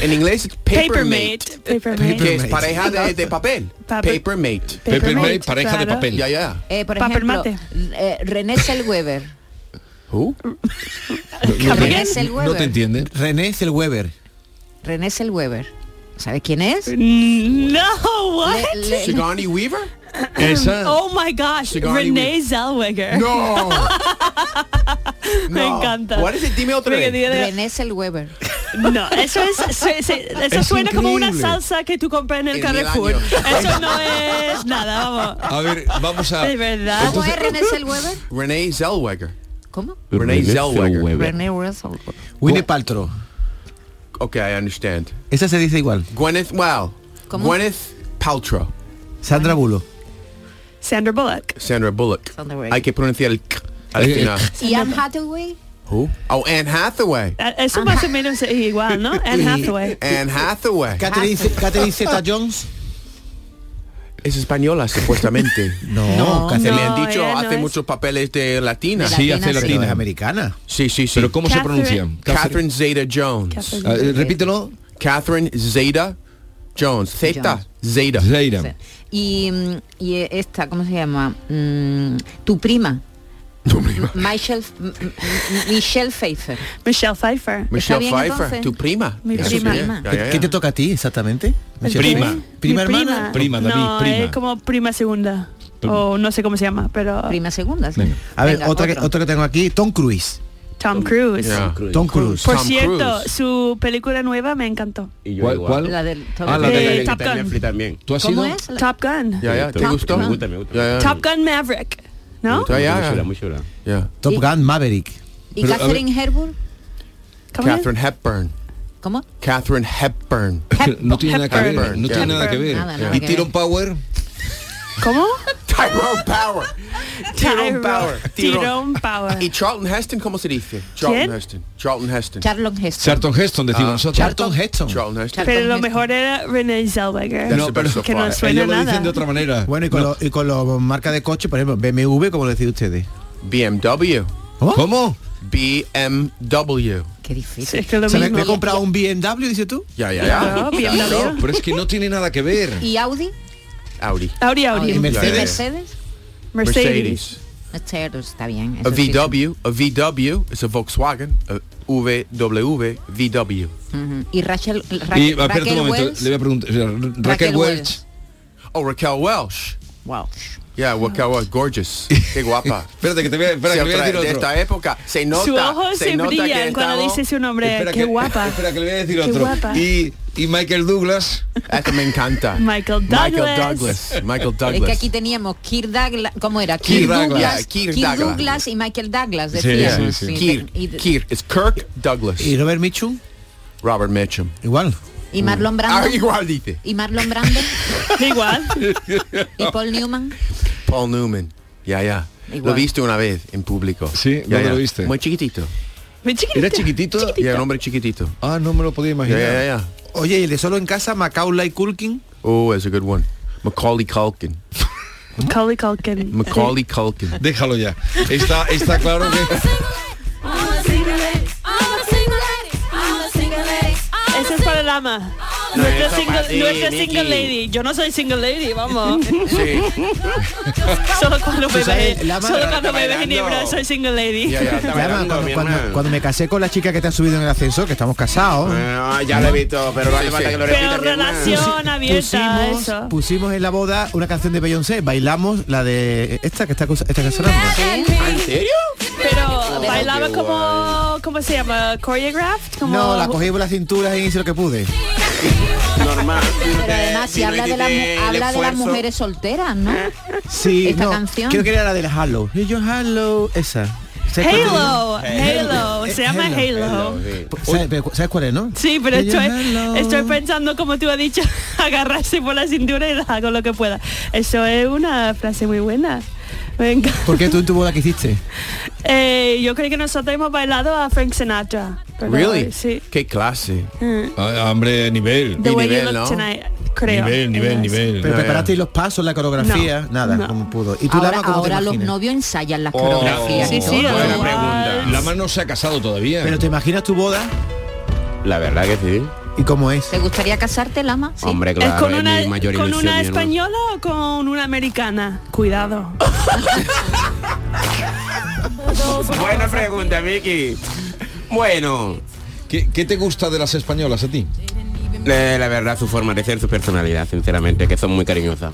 [SPEAKER 2] En inglés, papermate.
[SPEAKER 3] Papermate. Papermate.
[SPEAKER 2] Que es pareja de, de papel.
[SPEAKER 3] Paper-
[SPEAKER 2] papermate.
[SPEAKER 3] Papermate, pareja de claro. papel.
[SPEAKER 2] Ya, ya.
[SPEAKER 6] Eh, por
[SPEAKER 3] Papel
[SPEAKER 6] ejemplo,
[SPEAKER 3] mate.
[SPEAKER 6] eh, René Zellweger.
[SPEAKER 2] Who?
[SPEAKER 6] René Zellweger.
[SPEAKER 1] entiende.
[SPEAKER 5] René es el Weber.
[SPEAKER 6] René Zellweger. ¿Sabes quién es?
[SPEAKER 3] No, what?
[SPEAKER 6] Le- le-
[SPEAKER 2] Sigourney Weaver?
[SPEAKER 1] Esa.
[SPEAKER 3] Oh my gosh,
[SPEAKER 2] Sigourney
[SPEAKER 3] Renee Zellweger.
[SPEAKER 2] No.
[SPEAKER 3] Me encanta.
[SPEAKER 2] ¿Cuál es el dime otra
[SPEAKER 3] Porque
[SPEAKER 2] vez?
[SPEAKER 3] tiene-
[SPEAKER 6] René Zellweger.
[SPEAKER 3] No, eso es se- se- eso
[SPEAKER 2] Es
[SPEAKER 3] suena como una
[SPEAKER 2] increíble.
[SPEAKER 3] salsa que tú compras en el
[SPEAKER 2] En
[SPEAKER 3] Carrefour.
[SPEAKER 2] mil años.
[SPEAKER 3] Eso no es nada, vamos.
[SPEAKER 1] A ver, vamos a...
[SPEAKER 3] Es verdad.
[SPEAKER 6] ¿Cómo es René Zellweger?
[SPEAKER 2] Renee Zellweger.
[SPEAKER 6] ¿Cómo?
[SPEAKER 2] Renee Zellweger.
[SPEAKER 6] René Zellweger.
[SPEAKER 5] Winnie Paltrow.
[SPEAKER 2] Okay, I understand.
[SPEAKER 5] Esa se dice igual.
[SPEAKER 2] Gwyneth, wow.
[SPEAKER 6] ¿Cómo?
[SPEAKER 2] Gwyneth Paltrow.
[SPEAKER 5] Sandra Bulo.
[SPEAKER 3] Sandra Bullock.
[SPEAKER 2] Sandra Bullock.
[SPEAKER 6] Sandra Bullock.
[SPEAKER 2] Hay que pronunciar el k al final.
[SPEAKER 6] ¿Y Anne Hathaway?
[SPEAKER 2] Who? Oh, Anne Hathaway.
[SPEAKER 3] Eh, Eso más o menos es igual, ¿no? Anne Hathaway.
[SPEAKER 2] Anne Hathaway.
[SPEAKER 5] Catherine, Catherine Zeta Jones.
[SPEAKER 2] Es española, supuestamente.
[SPEAKER 5] No,
[SPEAKER 2] Se le han
[SPEAKER 3] no,
[SPEAKER 2] dicho,
[SPEAKER 3] ella no
[SPEAKER 2] hace
[SPEAKER 3] es.
[SPEAKER 2] muchos papeles de latina.
[SPEAKER 1] Sí, hace
[SPEAKER 5] Pero es
[SPEAKER 1] latina.
[SPEAKER 5] americana.
[SPEAKER 2] Sí, sí, sí.
[SPEAKER 1] Pero ¿cómo se
[SPEAKER 3] Catherine-
[SPEAKER 1] pronuncia?
[SPEAKER 2] Catherine Zeta-Jones.
[SPEAKER 3] Catherine
[SPEAKER 1] Ah, eh, repítelo.
[SPEAKER 2] Catherine Zeta-Jones. Zeta. Zeta.
[SPEAKER 1] Zeira.
[SPEAKER 6] Y, mm, y eh, esta, ¿cómo se llama? Mm, tu prima.
[SPEAKER 2] Tu prima.
[SPEAKER 6] Michelle, M- M- M- Michelle Pfeiffer.
[SPEAKER 3] Oh, Michelle Pfeiffer.
[SPEAKER 2] Michelle
[SPEAKER 6] bien,
[SPEAKER 2] Pfeiffer,
[SPEAKER 6] entonces?
[SPEAKER 2] tu prima.
[SPEAKER 3] Mi
[SPEAKER 2] Ya, su
[SPEAKER 3] prima.
[SPEAKER 2] Ya,
[SPEAKER 5] ¿Qué,
[SPEAKER 2] ya,
[SPEAKER 5] qué
[SPEAKER 2] ya.
[SPEAKER 5] te toca a ti exactamente? Michelle?
[SPEAKER 1] Prima.
[SPEAKER 5] Prima
[SPEAKER 3] Mi
[SPEAKER 5] hermana.
[SPEAKER 1] Prima, David,
[SPEAKER 3] no, eh,
[SPEAKER 1] prima.
[SPEAKER 3] es como prima segunda. O no sé cómo se llama, pero
[SPEAKER 6] Prima segunda. sí.
[SPEAKER 5] A ver,
[SPEAKER 6] Venga,
[SPEAKER 5] otra que,
[SPEAKER 6] otro.
[SPEAKER 5] otra que tengo aquí, Tom Cruise.
[SPEAKER 3] Tom Cruise.
[SPEAKER 2] Ya.
[SPEAKER 5] Tom Cruise.
[SPEAKER 3] Pues, Por
[SPEAKER 2] Tom
[SPEAKER 3] cierto,
[SPEAKER 2] Cruise.
[SPEAKER 3] su película nueva me encantó.
[SPEAKER 4] Y yo
[SPEAKER 1] ¿Cuál?
[SPEAKER 4] igual.
[SPEAKER 1] cuál?
[SPEAKER 6] La del Top
[SPEAKER 4] Ah, la
[SPEAKER 6] Gun.
[SPEAKER 3] Eh,
[SPEAKER 4] de
[SPEAKER 3] Top
[SPEAKER 4] Top
[SPEAKER 3] Gun.
[SPEAKER 4] Netflix también.
[SPEAKER 1] ¿Tú has
[SPEAKER 6] ¿Cómo
[SPEAKER 1] sido?
[SPEAKER 6] es? La-
[SPEAKER 3] Top Gun.
[SPEAKER 2] Ya, ya, ¿te
[SPEAKER 6] Tom
[SPEAKER 2] gustó?
[SPEAKER 4] Me gusta, me gusta.
[SPEAKER 2] Ya, ya.
[SPEAKER 3] Top Gun Maverick. ¿No?
[SPEAKER 2] Ya, ya,
[SPEAKER 4] Muy
[SPEAKER 2] ya.
[SPEAKER 4] chula, muy chula.
[SPEAKER 2] Ya.
[SPEAKER 5] Top
[SPEAKER 6] ¿Y?
[SPEAKER 5] Gun Maverick.
[SPEAKER 6] ¿Y
[SPEAKER 1] Pero, a ver-
[SPEAKER 6] Catherine Herbert?
[SPEAKER 3] ¿Cómo es?
[SPEAKER 2] Catherine Hepburn.
[SPEAKER 6] ¿Cómo?
[SPEAKER 2] Catherine Hepburn.
[SPEAKER 1] No tiene nada que ver.
[SPEAKER 2] Hepburn.
[SPEAKER 1] No tiene nada que ver.
[SPEAKER 6] Nada, nada
[SPEAKER 1] ¿Y
[SPEAKER 6] que
[SPEAKER 1] Tyrone
[SPEAKER 6] ver.
[SPEAKER 1] Power?
[SPEAKER 3] ¿Cómo?
[SPEAKER 2] Tyrone Power. Tyrone
[SPEAKER 3] Tyrone-
[SPEAKER 2] Power.
[SPEAKER 3] Tyrone Power.
[SPEAKER 2] ¿Y Charlton Heston cómo se dice? Charlton
[SPEAKER 3] ¿Quién?
[SPEAKER 2] Heston. Charlton Heston.
[SPEAKER 6] Charlton Heston.
[SPEAKER 1] Charlton Heston, decimos
[SPEAKER 2] Ah,
[SPEAKER 1] nosotros.
[SPEAKER 5] Charlton Heston.
[SPEAKER 2] Charlton Heston.
[SPEAKER 3] Pero lo
[SPEAKER 6] Heston.
[SPEAKER 3] mejor era Renee Zellweger.
[SPEAKER 2] That's
[SPEAKER 1] No,
[SPEAKER 2] the best
[SPEAKER 1] pero-
[SPEAKER 2] so
[SPEAKER 3] que no
[SPEAKER 2] far.
[SPEAKER 3] es- suena
[SPEAKER 1] Ellos lo
[SPEAKER 3] nada.
[SPEAKER 1] dicen de otra manera.
[SPEAKER 5] Bueno, y con, los, y con los marcas de coche, por ejemplo, BMW, como lo decís ustedes.
[SPEAKER 2] BMW.
[SPEAKER 5] ¿Oh?
[SPEAKER 1] ¿Cómo?
[SPEAKER 2] BMW.
[SPEAKER 6] Qué
[SPEAKER 3] Sí,
[SPEAKER 6] difícil.
[SPEAKER 3] es que es lo
[SPEAKER 5] ¿Se me, me
[SPEAKER 3] mismo.
[SPEAKER 5] he comprado un BMW, dices tú?
[SPEAKER 2] Ya, ya, ya.
[SPEAKER 3] Claro, BMW.
[SPEAKER 1] Pero es que no tiene nada que ver.
[SPEAKER 6] ¿Y Audi?
[SPEAKER 2] Audi. Ah,
[SPEAKER 3] Audi, Audi.
[SPEAKER 5] Y Mercedes.
[SPEAKER 6] ¿Y Mercedes?
[SPEAKER 3] Mercedes.
[SPEAKER 6] Mercedes, está bien.
[SPEAKER 2] A
[SPEAKER 6] eso sí.
[SPEAKER 2] VW. A VW es a Volkswagen. A VW. VW.
[SPEAKER 6] Ujú. Y Rachel, Ra-
[SPEAKER 1] Y espérate un
[SPEAKER 6] Raquel
[SPEAKER 1] momento,
[SPEAKER 6] Wells.
[SPEAKER 1] le voy a preguntar. Raquel,
[SPEAKER 6] Raquel
[SPEAKER 1] Welch.
[SPEAKER 2] Oh, Raquel Welch.
[SPEAKER 6] Wow.
[SPEAKER 2] Yeah, Raquel Welch. Gorgeous. Qué guapa.
[SPEAKER 1] Espérate que te voy a, espera, que le voy a
[SPEAKER 2] Siempre
[SPEAKER 1] decir
[SPEAKER 2] de
[SPEAKER 1] otro.
[SPEAKER 2] esta época se nota
[SPEAKER 3] Su ojo
[SPEAKER 2] se,
[SPEAKER 3] se,
[SPEAKER 2] nota que
[SPEAKER 3] brillan cuando
[SPEAKER 2] estamos-
[SPEAKER 3] dice su nombre.
[SPEAKER 1] Espera
[SPEAKER 3] Qué
[SPEAKER 1] que-
[SPEAKER 3] guapa.
[SPEAKER 1] Espera que le voy a decir
[SPEAKER 3] Qué
[SPEAKER 1] otro.
[SPEAKER 3] guapa.
[SPEAKER 1] Y, y Michael Douglas.
[SPEAKER 2] Este me encanta
[SPEAKER 3] Michael
[SPEAKER 2] Michael
[SPEAKER 3] Douglas.
[SPEAKER 2] Douglas Michael Douglas
[SPEAKER 6] Es que aquí teníamos Kirk Douglas, ¿cómo era?
[SPEAKER 1] Kirk Douglas.
[SPEAKER 2] Yeah, Kirk
[SPEAKER 6] Kirk,
[SPEAKER 2] Douglas.
[SPEAKER 6] Douglas y Michael Douglas, decíamos.
[SPEAKER 1] sí,
[SPEAKER 6] Y-
[SPEAKER 2] Kirk
[SPEAKER 6] y-
[SPEAKER 2] Kirk es Kirk Douglas
[SPEAKER 5] ¿Y Robert Mitchum?
[SPEAKER 2] Robert Mitchum.
[SPEAKER 5] Igual.
[SPEAKER 6] Y Marlon Brando.
[SPEAKER 2] Ah, igual dice.
[SPEAKER 6] Y Marlon Brando.
[SPEAKER 3] igual.
[SPEAKER 6] Y Paul Newman.
[SPEAKER 2] Paul Newman. Ya, ya. Lo
[SPEAKER 6] Igual.
[SPEAKER 2] viste una vez en público. Sí,
[SPEAKER 1] ¿dónde lo viste?
[SPEAKER 2] Muy chiquitito.
[SPEAKER 1] Era chiquitito.
[SPEAKER 2] Y era un hombre chiquitito.
[SPEAKER 1] Ah, no me lo podía imaginar.
[SPEAKER 2] Ya, ya, ya.
[SPEAKER 5] Oye, ¿y el de solo en casa, Macaulay Culkin?
[SPEAKER 2] Oh, that's a good one. Macaulay Culkin.
[SPEAKER 3] Macaulay Culkin.
[SPEAKER 2] Macaulay Culkin.
[SPEAKER 1] Déjalo ya. Está, está claro que.
[SPEAKER 3] Ese es para Lama.
[SPEAKER 1] No,
[SPEAKER 3] Nuestra
[SPEAKER 1] eso
[SPEAKER 3] single,
[SPEAKER 1] para ti,
[SPEAKER 3] nuestra
[SPEAKER 1] Nicky.
[SPEAKER 3] single lady. Yo no soy single lady, vamos.
[SPEAKER 2] Sí.
[SPEAKER 3] Solo cuando
[SPEAKER 5] Tú
[SPEAKER 3] me
[SPEAKER 5] sabes,
[SPEAKER 3] ve,
[SPEAKER 5] Lama-
[SPEAKER 3] solo cuando me ve
[SPEAKER 5] bailando.
[SPEAKER 3] Ginebra soy single lady.
[SPEAKER 5] Ya, cuando, cuando- cuando me casé con la chica que te ha subido en el ascensor, que estamos casados.
[SPEAKER 4] ah, ya lo he visto, pero no hace falta que lo
[SPEAKER 3] Pero
[SPEAKER 4] repita, mi hermano.
[SPEAKER 3] relación abierta,
[SPEAKER 5] pusimos,
[SPEAKER 3] eso.
[SPEAKER 5] pusimos en la boda una canción de Beyoncé, bailamos la de esta que está, cosa- esta que está sonando.
[SPEAKER 4] ¿En serio?
[SPEAKER 3] Pero
[SPEAKER 5] qué
[SPEAKER 3] bailaba como, ¿cómo se llama? Choreographed, como
[SPEAKER 5] No, la cogí por las cinturas y hice lo que pude.
[SPEAKER 4] Normal.
[SPEAKER 6] Pero además, si
[SPEAKER 4] no
[SPEAKER 6] habla, de, las mu-
[SPEAKER 4] hiciste el
[SPEAKER 6] habla de las
[SPEAKER 4] esfuerzo.
[SPEAKER 6] mujeres solteras, ¿no?
[SPEAKER 5] Sí,
[SPEAKER 6] Esta
[SPEAKER 5] no,
[SPEAKER 6] canción.
[SPEAKER 5] creo que era la del Halo. Y yo Halo, esa. ¿Sabes cuál
[SPEAKER 3] Halo,
[SPEAKER 5] es?
[SPEAKER 3] Halo,
[SPEAKER 5] Eh, Pues,
[SPEAKER 3] se llama Halo.
[SPEAKER 5] ¿Sabes, pero cu- sabes cuál es, no?
[SPEAKER 3] Sí, pero
[SPEAKER 5] Ella,
[SPEAKER 3] estoy,
[SPEAKER 5] hello.
[SPEAKER 3] estoy pensando, como tú has dicho, agarrarse por la cintura y hago lo que pueda. Eso es una frase muy buena. Venga.
[SPEAKER 5] ¿Por qué tú en tu boda que hiciste?
[SPEAKER 3] Eh, yo creo que nosotros hemos bailado a Frank Sinatra. pero-
[SPEAKER 2] Really?
[SPEAKER 3] Sí.
[SPEAKER 2] Qué clase.
[SPEAKER 3] Mm.
[SPEAKER 1] Ah, Hombre, nivel.
[SPEAKER 3] The way you look tonight, creo.
[SPEAKER 1] Nivel, nivel, nivel.
[SPEAKER 5] Pero preparaste los pasos, la coreografía,
[SPEAKER 6] No,
[SPEAKER 5] nada,
[SPEAKER 6] no.
[SPEAKER 5] como pudo. ¿Y tú
[SPEAKER 6] ahora
[SPEAKER 5] Lama, cómo te
[SPEAKER 6] ahora los
[SPEAKER 5] imaginas?
[SPEAKER 6] novios ensayan
[SPEAKER 4] Oh,
[SPEAKER 6] las coreografías. y
[SPEAKER 3] oh,
[SPEAKER 6] todo.
[SPEAKER 1] La mano no se ha casado todavía.
[SPEAKER 5] Pero te imaginas tu boda
[SPEAKER 4] La verdad que sí.
[SPEAKER 5] y cómo es.
[SPEAKER 6] ¿Te gustaría casarte, Lama? Sí.
[SPEAKER 4] Hombre,
[SPEAKER 3] ¿Es
[SPEAKER 4] claro,
[SPEAKER 3] con
[SPEAKER 4] es
[SPEAKER 3] una,
[SPEAKER 4] mi mayor
[SPEAKER 3] con
[SPEAKER 4] ilusión,
[SPEAKER 3] una
[SPEAKER 4] mi hermano.
[SPEAKER 3] española o con una americana? Cuidado.
[SPEAKER 4] Buena pregunta, Vicky. Bueno.
[SPEAKER 1] ¿Qué, qué te gusta de las españolas a ti?
[SPEAKER 4] Eh, la verdad, su forma de ser, su personalidad, sinceramente, que son muy cariñosas.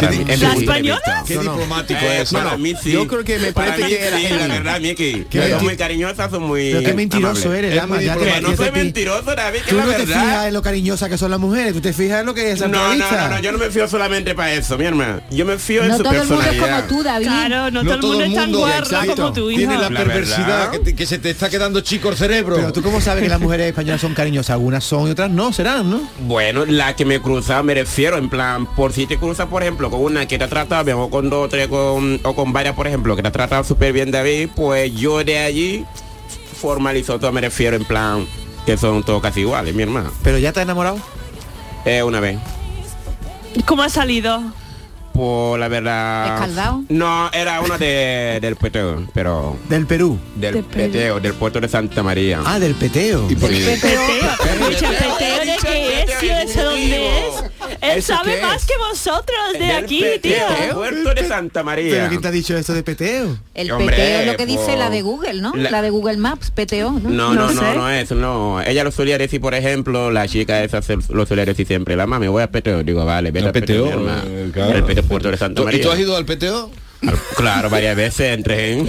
[SPEAKER 1] ¿Qué di-
[SPEAKER 4] es
[SPEAKER 1] ¿La
[SPEAKER 4] mi punto de
[SPEAKER 1] española?
[SPEAKER 4] vista.
[SPEAKER 1] Qué diplomático es.
[SPEAKER 4] Para
[SPEAKER 1] No,
[SPEAKER 4] Eh, mí sí.
[SPEAKER 2] yo creo que me
[SPEAKER 4] Para
[SPEAKER 2] parece
[SPEAKER 4] mí
[SPEAKER 2] que era
[SPEAKER 4] sí,
[SPEAKER 2] él.
[SPEAKER 4] la verdad, Miki.
[SPEAKER 5] Qué
[SPEAKER 4] son
[SPEAKER 5] menti-
[SPEAKER 4] muy cariñosas, son muy
[SPEAKER 5] Pero qué mentiroso
[SPEAKER 4] amables.
[SPEAKER 5] eres,
[SPEAKER 4] Es
[SPEAKER 5] Lama,
[SPEAKER 4] muy
[SPEAKER 5] ya te
[SPEAKER 4] diplomático. no
[SPEAKER 5] empiezas
[SPEAKER 4] soy
[SPEAKER 5] a ti.
[SPEAKER 4] mentiroso, la Vicky,
[SPEAKER 5] Tú
[SPEAKER 4] la
[SPEAKER 5] no te
[SPEAKER 4] verdad.
[SPEAKER 5] fijas en lo cariñosas que son las mujeres, tú te fijas en lo que es esa
[SPEAKER 4] No, no,
[SPEAKER 5] periodista.
[SPEAKER 4] no, no, yo no me fío solamente para eso, mi hermano. Yo me fío en
[SPEAKER 6] No
[SPEAKER 4] su
[SPEAKER 6] todo el mundo es
[SPEAKER 4] personalidad.
[SPEAKER 6] como tú, David.
[SPEAKER 3] Claro, no, todo el mundo es tan guarra como tú,
[SPEAKER 1] Tiene la
[SPEAKER 3] hija.
[SPEAKER 1] perversidad que, te- que se te está quedando chico el cerebro.
[SPEAKER 5] Pero tú cómo sabes que las mujeres españolas son cariñosas, algunas son y otras no, serán, ¿no?
[SPEAKER 4] Bueno, la que me cruza me refiero, en plan, por si te cruzas, por ejemplo, con una que te ha tratado bien, o con dos, tres, con, o con varias, por ejemplo, que te ha tratado súper bien, David, pues yo de allí formalizo todo, me refiero, en plan, que son todos casi iguales, mi hermano.
[SPEAKER 5] Pero ya te has enamorado.
[SPEAKER 4] Eh, una vez.
[SPEAKER 3] ¿Cómo ha salido?
[SPEAKER 4] Por la verdad...
[SPEAKER 3] ¿Escaldado?
[SPEAKER 4] No, era una de, del peteo, pero...
[SPEAKER 5] Del Perú.
[SPEAKER 4] Del
[SPEAKER 3] De Perú.
[SPEAKER 4] peteo, del puerto de Santa María.
[SPEAKER 5] Ah, del peteo.
[SPEAKER 4] por
[SPEAKER 5] Sí.
[SPEAKER 4] qué?
[SPEAKER 3] Peteo. Escucha, peteo de qué es, tío, de dónde es. Él
[SPEAKER 4] ¿Eso
[SPEAKER 3] sabe
[SPEAKER 4] qué
[SPEAKER 3] más
[SPEAKER 4] es?
[SPEAKER 3] que vosotros de aquí, tío.
[SPEAKER 4] Del puerto de Santa María.
[SPEAKER 5] ¿Pero quién te ha dicho eso de peteo?
[SPEAKER 6] El
[SPEAKER 4] Hombre,
[SPEAKER 6] PTO es lo que dice
[SPEAKER 4] pues,
[SPEAKER 6] la de Google, ¿no?
[SPEAKER 4] la-
[SPEAKER 6] La, de Google Maps, PTO, ¿no?
[SPEAKER 4] No, no, no, no, es, no. Ella lo solía decir, por ejemplo, la chica esa se- lo solía decir siempre, la mami, voy a peteo. Digo, vale, vete
[SPEAKER 1] Al
[SPEAKER 4] a peteo,
[SPEAKER 1] PTO,
[SPEAKER 4] mi hermano.
[SPEAKER 1] eh, claro.
[SPEAKER 4] El peteo puerto de Santa
[SPEAKER 1] ¿Tú- ¿Y
[SPEAKER 4] María.
[SPEAKER 1] tú has ido al PTO?
[SPEAKER 4] Claro, varias veces en tren.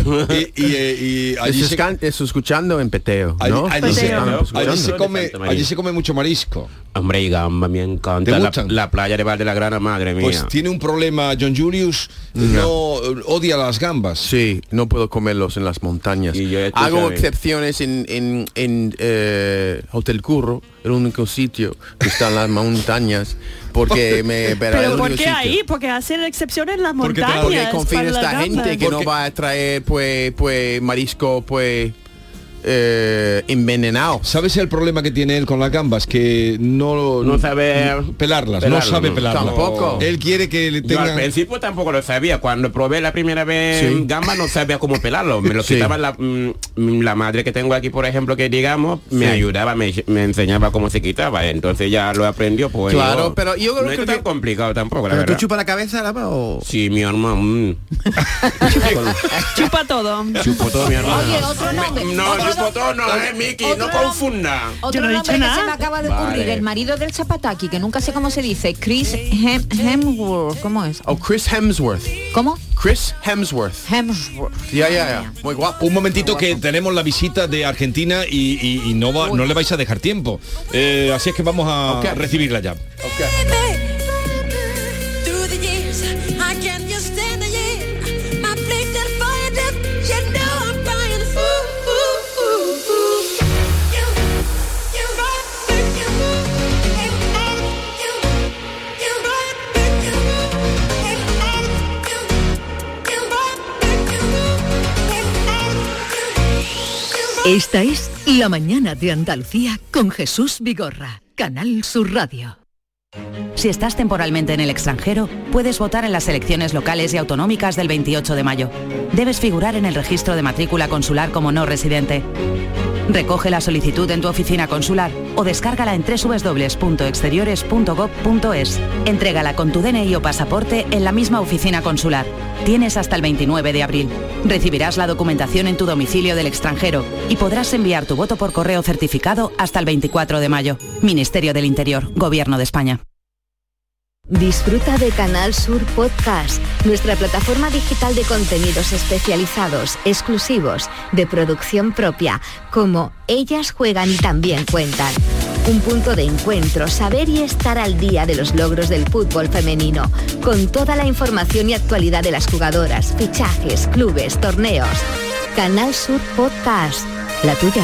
[SPEAKER 1] Y, y, eh, y allí
[SPEAKER 2] Eso,
[SPEAKER 1] se,
[SPEAKER 2] escan- eso escuchando en peteo,
[SPEAKER 1] allí-
[SPEAKER 2] ¿no?
[SPEAKER 1] allí se-
[SPEAKER 2] Ah, no, pues,
[SPEAKER 1] allí se
[SPEAKER 2] escuchando.
[SPEAKER 1] come, allí se come mucho marisco.
[SPEAKER 2] Ah,
[SPEAKER 4] Hombre, y gamba, me
[SPEAKER 1] ¿Te
[SPEAKER 4] encanta. La,
[SPEAKER 1] gustan?
[SPEAKER 4] la playa de Val de la Grana, madre mía.
[SPEAKER 1] Pues tiene un problema John Julius, no eh, odia las gambas.
[SPEAKER 2] Sí, no puedo comerlos en las montañas.
[SPEAKER 4] Y yo ya tú
[SPEAKER 2] Hago
[SPEAKER 4] sabes.
[SPEAKER 2] excepciones en, en, en, eh, Hotel Curro, el único sitio que está en las montañas, porque me pero el
[SPEAKER 3] Pero
[SPEAKER 2] único
[SPEAKER 3] ¿por qué
[SPEAKER 2] sitio.
[SPEAKER 3] ahí? Porque hacen excepción en las
[SPEAKER 1] Porque te la-
[SPEAKER 3] montañas.
[SPEAKER 2] Porque confía en
[SPEAKER 3] para
[SPEAKER 2] esta
[SPEAKER 3] las
[SPEAKER 2] gente que
[SPEAKER 3] gambas.
[SPEAKER 2] no va a traer pues pues marisco pues eh, envenenado.
[SPEAKER 1] ¿Sabes el problema que tiene él con las gambas? Que no,
[SPEAKER 4] No sabe-
[SPEAKER 1] pelarlas,
[SPEAKER 4] pelarlas,
[SPEAKER 1] no sabe
[SPEAKER 4] no.
[SPEAKER 1] pelarlas.
[SPEAKER 2] Tampoco.
[SPEAKER 1] Él quiere que le
[SPEAKER 4] Yo al
[SPEAKER 1] tengan...
[SPEAKER 4] principio tampoco lo sabía. Cuando probé la primera vez
[SPEAKER 2] Sí.
[SPEAKER 4] gamba no sabía cómo pelarlo. Me lo
[SPEAKER 2] Sí.
[SPEAKER 4] quitaba la, mm, la madre que tengo aquí, por ejemplo, que digamos, me ayudaba, me, me enseñaba cómo se quitaba. Entonces ya lo aprendió. Pues,
[SPEAKER 2] Claro, pero yo creo
[SPEAKER 4] no
[SPEAKER 2] que-
[SPEAKER 4] es tan complicado tampoco, la
[SPEAKER 5] ¿Pero tú
[SPEAKER 4] verdad.
[SPEAKER 5] chupas la cabeza, Lama, o...?
[SPEAKER 4] Sí, mi hermano. mm.
[SPEAKER 3] Chupa todo.
[SPEAKER 4] Chupo todo, mi hermano.
[SPEAKER 6] Oye, otro nombre.
[SPEAKER 4] No,
[SPEAKER 6] otro nombre-
[SPEAKER 4] chupo todo no, eh, Miki,
[SPEAKER 6] otro
[SPEAKER 4] no
[SPEAKER 6] nombre-
[SPEAKER 4] confunda.
[SPEAKER 6] Otro
[SPEAKER 3] no
[SPEAKER 6] nombre
[SPEAKER 3] he dicho
[SPEAKER 6] que
[SPEAKER 3] nada.
[SPEAKER 6] se me acaba de
[SPEAKER 4] Vale.
[SPEAKER 6] ocurrir, el marido del Zapataki, que nunca sé cómo se dice, Chris Hem- Hemsworth, ¿cómo es?
[SPEAKER 2] O Oh, Chris Hemsworth.
[SPEAKER 6] ¿Cómo?
[SPEAKER 2] Chris Hemsworth.
[SPEAKER 6] Hemsworth.
[SPEAKER 2] Ya, ya, ya. Muy guapo.
[SPEAKER 1] Un momentito que tenemos la visita de Argentina y, y- y no, va- no le vais a dejar tiempo. Eh, así es que vamos a
[SPEAKER 2] Ok.
[SPEAKER 1] recibirla ya.
[SPEAKER 7] Esta es La Mañana de Andalucía con Jesús Vigorra, Canal Sur Radio.
[SPEAKER 13] Si estás temporalmente en el extranjero, puedes votar en las elecciones locales y autonómicas del 28 de mayo. Debes figurar en el registro de matrícula consular como no residente. Recoge la solicitud en tu oficina consular o descárgala en www.exteriores.gov.es. Entrégala con tu DNI o pasaporte en la misma oficina consular. Tienes hasta el 29 de abril. Recibirás la documentación en tu domicilio del extranjero y podrás enviar tu voto por correo certificado hasta el 24 de mayo. Ministerio del Interior, Gobierno de España.
[SPEAKER 9] Disfruta de Canal Sur Podcast, nuestra plataforma digital de contenidos especializados, exclusivos, de producción propia, como Ellas juegan y también cuentan. Un punto de encuentro, saber y estar al día de los logros del fútbol femenino, con toda la información y actualidad de las jugadoras, fichajes, clubes, torneos. Canal Sur Podcast, la tuya.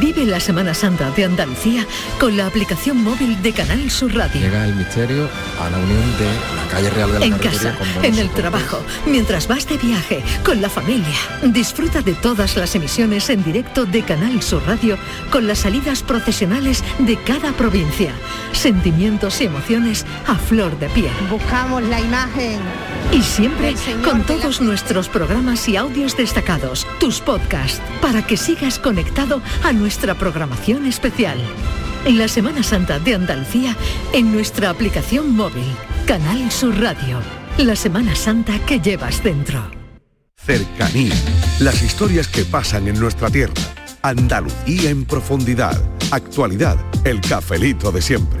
[SPEAKER 7] Vive la Semana Santa de Andalucía con la aplicación móvil de Canal Sur Radio.
[SPEAKER 14] Llega el misterio a la unión de la calle Real de la
[SPEAKER 7] En
[SPEAKER 14] Carretera
[SPEAKER 7] casa,
[SPEAKER 14] con Bono
[SPEAKER 7] en el
[SPEAKER 14] Socorro.
[SPEAKER 7] trabajo, mientras vas de viaje, con la familia. Disfruta de todas las emisiones en directo de Canal Sur Radio con las salidas procesionales de cada provincia. Sentimientos y emociones a flor de piel.
[SPEAKER 15] Buscamos la imagen.
[SPEAKER 7] Y siempre con todos nuestros programas y audios destacados, tus podcasts, para que sigas conectado a nuestra programación especial. La Semana Santa de Andalucía en nuestra aplicación móvil, Canal Sur Radio. La Semana Santa que llevas dentro.
[SPEAKER 16] Cercanía. Las historias que pasan en nuestra tierra. Andalucía en profundidad. Actualidad. El cafelito de siempre.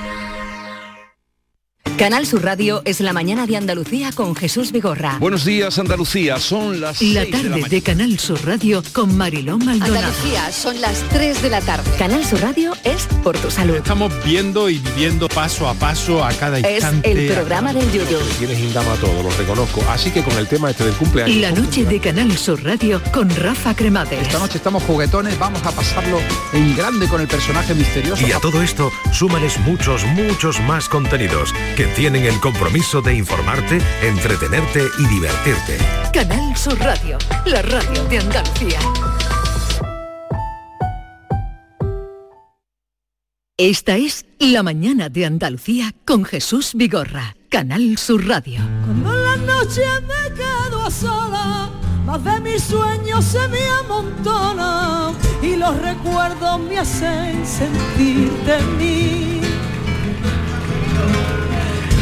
[SPEAKER 17] Canal Sur Radio es la mañana de Andalucía con Jesús Vigorra.
[SPEAKER 1] Buenos días Andalucía, son las
[SPEAKER 7] La
[SPEAKER 1] seis de la
[SPEAKER 7] tarde
[SPEAKER 1] mañana.
[SPEAKER 7] de Canal Sur Radio con Mariló Maldonado.
[SPEAKER 17] Andalucía, son las 3 de la tarde. Canal Sur Radio es por tu salud.
[SPEAKER 18] Estamos viendo y viviendo paso a paso a cada
[SPEAKER 17] Es
[SPEAKER 18] instante.
[SPEAKER 17] el programa del Yuyu.
[SPEAKER 18] Tienes indama todo, lo reconozco. Así que con el tema este del cumpleaños.
[SPEAKER 7] La noche de Canal Sur Radio con Rafa Cremades. Esta noche
[SPEAKER 19] estamos juguetones, vamos a pasarlo en grande con el personaje misterioso.
[SPEAKER 20] Y a todo esto, súmales muchos, muchos más contenidos que tienen el compromiso de informarte, entretenerte y divertirte.
[SPEAKER 7] Canal Sur Radio, la radio de Andalucía. Esta es La mañana de Andalucía con Jesús Vigorra, Canal Sur Radio.
[SPEAKER 21] Cuando en la noche me quedo a sola, más de mis sueños se me amontonan y los recuerdos me hacen sentir de mí.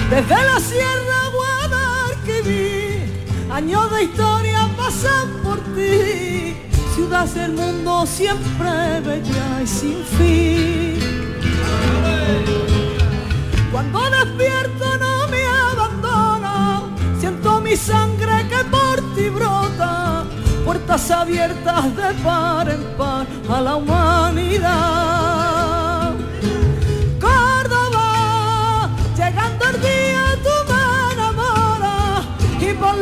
[SPEAKER 21] Desde la sierra Guadalquivir, años de historia pasan por ti, ciudad del mundo siempre bella y sin fin. Cuando despierto no me abandona, siento mi sangre que por ti brota, puertas abiertas de par en par a la humanidad. Córdoba, llegando el día tú me enamoras y por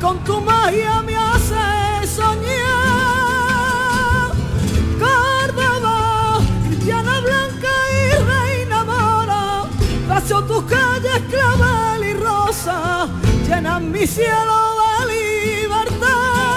[SPEAKER 21] con tu magia me hace soñar. Córdoba, cristiana blanca y reina mora, paso tus calles clavel y rosa, llenan mi cielo de libertad.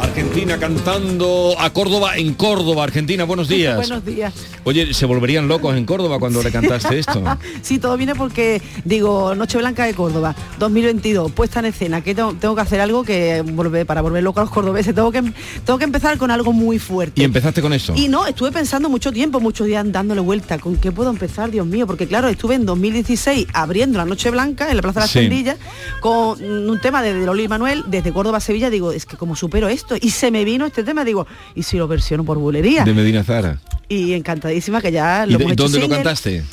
[SPEAKER 1] Argentina cantando a Córdoba en Córdoba. Argentina, buenos días.
[SPEAKER 15] Buenos días.
[SPEAKER 1] Oye, ¿se volverían locos en Córdoba cuando le cantaste esto?
[SPEAKER 15] sí, todo viene porque, digo, Noche Blanca de Córdoba, 2022, puesta en escena, que tengo, tengo que hacer algo que volver, para volver loco a los cordobeses, tengo que, tengo que empezar con algo muy fuerte.
[SPEAKER 1] Y empezaste con eso.
[SPEAKER 15] Y no, estuve pensando mucho tiempo, muchos días dándole vuelta, ¿con qué puedo empezar, Dios mío? Porque claro, estuve en 2016 abriendo la Noche Blanca en la Plaza de las
[SPEAKER 1] Sí.
[SPEAKER 15] Tendillas con un tema de Loli y Manuel, desde Córdoba a Sevilla, digo, es que como supero esto, y se me vino este tema, digo, ¿y si lo versiono por bulería?
[SPEAKER 1] De Medina Zara.
[SPEAKER 15] Y encantadísima que ya
[SPEAKER 1] ¿Y
[SPEAKER 15] lo
[SPEAKER 1] de-
[SPEAKER 15] hemos hecho
[SPEAKER 1] dónde lo
[SPEAKER 15] single.
[SPEAKER 1] cantaste?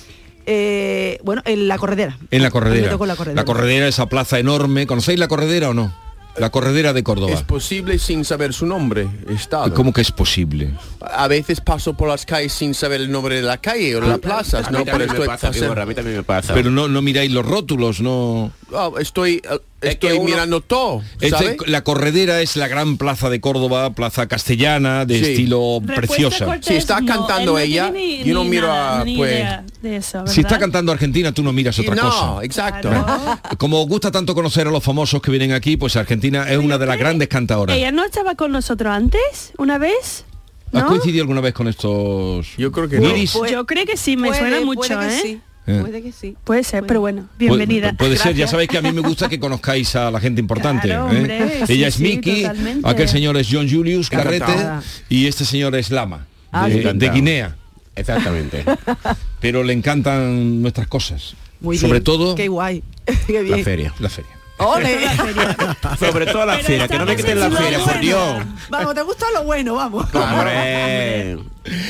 [SPEAKER 15] Eh, bueno, en la corredera.
[SPEAKER 1] En la
[SPEAKER 15] Me
[SPEAKER 1] corredera.
[SPEAKER 15] tocó la corredera.
[SPEAKER 1] esa plaza enorme. ¿Conocéis la corredera o no? La corredera de
[SPEAKER 2] Es
[SPEAKER 1] Córdoba.
[SPEAKER 2] posible sin saber su nombre, estado.
[SPEAKER 1] ¿Cómo que es posible?
[SPEAKER 2] A veces paso por las calles sin saber el nombre de la
[SPEAKER 15] Ah,
[SPEAKER 2] calle o de las plazas,
[SPEAKER 4] a
[SPEAKER 2] ¿no?
[SPEAKER 4] mí
[SPEAKER 2] Pero
[SPEAKER 4] también me
[SPEAKER 2] estoy
[SPEAKER 4] pasa,
[SPEAKER 2] pasando-
[SPEAKER 4] Vigorra, a mí también me pasa.
[SPEAKER 1] Pero no, no miráis los rótulos, no.
[SPEAKER 2] Ah, estoy, eh, estoy mirando todo,
[SPEAKER 1] Este-
[SPEAKER 2] ¿sabe?
[SPEAKER 1] la corredera es la gran plaza de Córdoba, plaza castellana, de estilo preciosa.
[SPEAKER 2] Si está cantando ella, yo no miro a pues.
[SPEAKER 3] de eso,
[SPEAKER 1] Si está
[SPEAKER 3] ¿verdad?
[SPEAKER 1] cantando Argentina, tú no miras otra
[SPEAKER 2] no,
[SPEAKER 1] cosa.
[SPEAKER 2] exacto.
[SPEAKER 1] Como os gusta tanto conocer a los famosos que vienen aquí, pues Argentina es una de las grandes cantadoras.
[SPEAKER 3] ¿Ella no estaba con nosotros antes? ¿Una vez?
[SPEAKER 1] ¿Has
[SPEAKER 3] ¿No?
[SPEAKER 1] coincidido alguna vez con estos? Yo creo
[SPEAKER 3] Yo creo que sí, me
[SPEAKER 15] puede,
[SPEAKER 3] suena
[SPEAKER 15] puede
[SPEAKER 3] mucho,
[SPEAKER 15] que
[SPEAKER 3] ¿eh?
[SPEAKER 15] sí.
[SPEAKER 1] Eh.
[SPEAKER 15] Puede que sí.
[SPEAKER 3] Puede ser, pero bueno, bienvenida.
[SPEAKER 1] Pues Puede, ser, ya sabéis que a mí me gusta que conozcáis a la gente importante.
[SPEAKER 3] Claro,
[SPEAKER 1] ¿eh?
[SPEAKER 3] hombre, sí,
[SPEAKER 1] Ella es
[SPEAKER 3] sí,
[SPEAKER 1] Miki,
[SPEAKER 3] totalmente.
[SPEAKER 1] aquel señor es John Julius Carrete
[SPEAKER 4] Encantado.
[SPEAKER 1] y este señor es Lama,
[SPEAKER 4] Ah,
[SPEAKER 1] de,
[SPEAKER 4] sí.
[SPEAKER 1] de Guinea.
[SPEAKER 4] Exactamente.
[SPEAKER 1] Pero le encantan nuestras cosas.
[SPEAKER 15] Muy
[SPEAKER 1] Sobre
[SPEAKER 15] bien.
[SPEAKER 1] todo
[SPEAKER 15] Qué guay. Qué bien.
[SPEAKER 1] La feria.
[SPEAKER 15] ¡Ole!
[SPEAKER 4] Sobre todo la feria, que no me quiten la feria, por Dios.
[SPEAKER 15] vamos, te gusta lo bueno, vamos.
[SPEAKER 4] Hombre,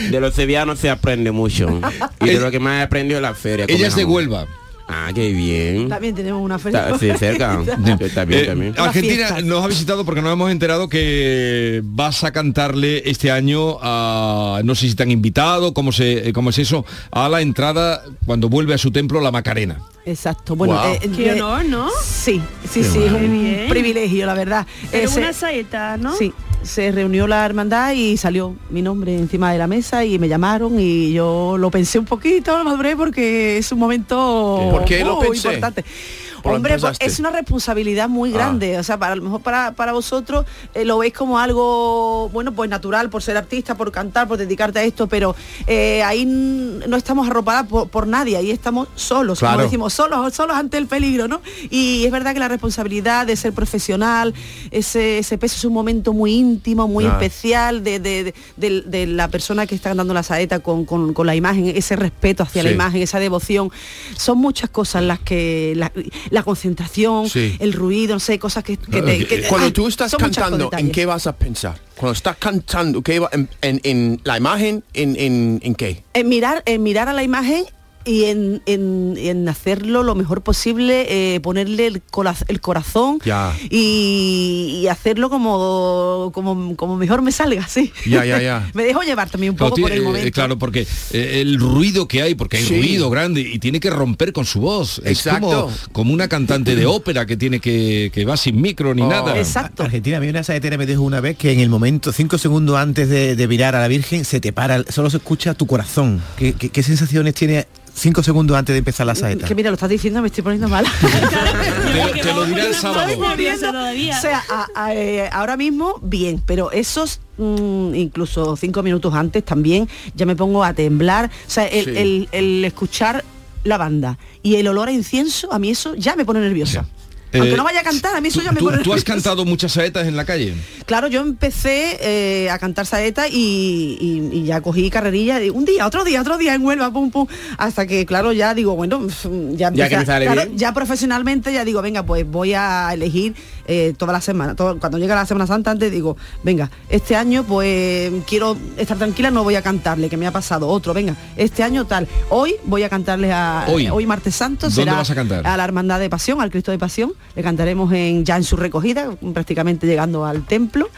[SPEAKER 4] de los sevillanos se aprende mucho. Y de lo que más he aprendido es la feria.
[SPEAKER 1] Ella es de
[SPEAKER 4] Huelva. Ah, qué bien.
[SPEAKER 15] También tenemos una feria.
[SPEAKER 4] Está, sí, cerca. Yo también, también.
[SPEAKER 1] Eh, Argentina nos ha visitado porque nos hemos enterado que vas a cantarle este año a no sé si te han invitado, cómo se eh, cómo es eso, a la entrada cuando vuelve a su templo la Macarena.
[SPEAKER 15] Exacto. Bueno, eh,
[SPEAKER 1] Guau.
[SPEAKER 3] Qué honor, ¿no?
[SPEAKER 15] Sí, sí,
[SPEAKER 1] Qué
[SPEAKER 15] sí, es
[SPEAKER 1] guay.
[SPEAKER 15] un
[SPEAKER 3] bien.
[SPEAKER 15] privilegio, la verdad.
[SPEAKER 3] Pero
[SPEAKER 15] Eh, se-
[SPEAKER 3] una saeta, ¿no?
[SPEAKER 15] Sí, se reunió la hermandad y salió mi nombre encima de la mesa y me llamaron y yo lo pensé un poquito, lo maduré porque es un momento
[SPEAKER 2] ¿Por qué lo
[SPEAKER 15] muy
[SPEAKER 2] pensé?
[SPEAKER 15] importante.
[SPEAKER 2] ¿Por lo
[SPEAKER 15] Hombre, pues,
[SPEAKER 2] empezaste?
[SPEAKER 15] es una responsabilidad muy
[SPEAKER 2] Ah.
[SPEAKER 15] grande, o sea, para, a lo mejor para, para vosotros eh, lo veis como algo, bueno, pues natural, por ser artista, por cantar, por dedicarte a esto, pero eh, ahí n- no estamos arropadas por, por nadie, ahí estamos solos,
[SPEAKER 22] Claro.
[SPEAKER 15] como decimos, solos, solos ante el peligro, ¿no? Y es verdad que la responsabilidad de ser profesional, ese, ese peso es un momento muy íntimo, muy
[SPEAKER 22] Ah.
[SPEAKER 15] especial de, de- de- de- de la persona que está dando la saeta con, con- con la imagen, ese respeto hacia la
[SPEAKER 22] Sí.
[SPEAKER 15] imagen, esa devoción. Son muchas cosas las que, la, la concentración,
[SPEAKER 2] Sí. eh,
[SPEAKER 15] el ruido, no sé, cosas que, que te- que-
[SPEAKER 2] cuando
[SPEAKER 15] ay,
[SPEAKER 2] tú estás
[SPEAKER 15] son muchas
[SPEAKER 2] cantando,
[SPEAKER 15] con
[SPEAKER 2] ¿en
[SPEAKER 15] detalles.
[SPEAKER 2] qué vas a pensar? Cuando estás cantando, ¿qué va- en, en- en la imagen, en, en, en qué?
[SPEAKER 15] En mirar, en mirar a la imagen y en, en- en hacerlo lo mejor posible, eh, ponerle el, cola- el corazón
[SPEAKER 2] Ya.
[SPEAKER 15] y, y hacerlo como, como, como mejor me salga, sí.
[SPEAKER 1] Ya, ya, ya.
[SPEAKER 15] me dejo llevar también un
[SPEAKER 1] Claro,
[SPEAKER 15] poco por el
[SPEAKER 1] tiene- eh,
[SPEAKER 15] momento.
[SPEAKER 1] claro, porque eh, el ruido que hay, porque hay
[SPEAKER 15] Sí.
[SPEAKER 1] ruido grande y tiene que romper con su voz.
[SPEAKER 5] Exacto.
[SPEAKER 1] Es como, como una cantante de ópera que tiene que, que va sin micro
[SPEAKER 4] Oh.
[SPEAKER 15] Oh.
[SPEAKER 1] ni nada.
[SPEAKER 5] Argentina, a mí una saetera me dijo una vez que en el momento, cinco segundos antes de, de virar a la Virgen, se te para, solo se escucha tu corazón. ¿Qué, qué- qué sensaciones tiene cinco segundos antes de empezar la saeta?
[SPEAKER 15] Mm, Que mira, lo estás diciendo, me estoy poniendo mala.
[SPEAKER 1] Te, te lo dirá el sábado.
[SPEAKER 15] O sea, a- a- eh, ahora mismo bien, pero esos mm, incluso cinco minutos antes también ya me pongo a temblar. O sea, el,
[SPEAKER 22] Sí.
[SPEAKER 15] el- el escuchar la banda y el olor a incienso, a mí eso ya me pone nerviosa. Aunque
[SPEAKER 1] Eh,
[SPEAKER 15] no vaya a cantar, a mí eso ya me
[SPEAKER 1] ¿Tú,
[SPEAKER 15] pone
[SPEAKER 1] tú has
[SPEAKER 15] nerviosa.
[SPEAKER 1] cantado muchas saetas en la calle?
[SPEAKER 15] Claro, yo empecé eh, a cantar saeta y, y- y ya cogí carrerilla de un día, otro día, otro día en Huelva, pum, pum, hasta que, claro, ya digo, bueno, mm, ya, empecé
[SPEAKER 4] que
[SPEAKER 15] a-
[SPEAKER 4] me sale
[SPEAKER 15] claro,
[SPEAKER 4] bien.
[SPEAKER 15] ya profesionalmente ya digo, venga, pues voy a elegir eh, toda la semana. Todo- cuando llega la Semana Santa, antes digo, venga, este año pues quiero estar tranquila, no voy a cantarle, que me ha pasado otro, venga, este año tal. Hoy voy a cantarle a...
[SPEAKER 1] Hoy.
[SPEAKER 15] martes santo
[SPEAKER 1] ¿Dónde
[SPEAKER 15] será
[SPEAKER 1] vas a cantar?
[SPEAKER 15] a la Hermandad de Pasión, al Cristo de Pasión. le cantaremos en, ya en su recogida, prácticamente llegando al templo.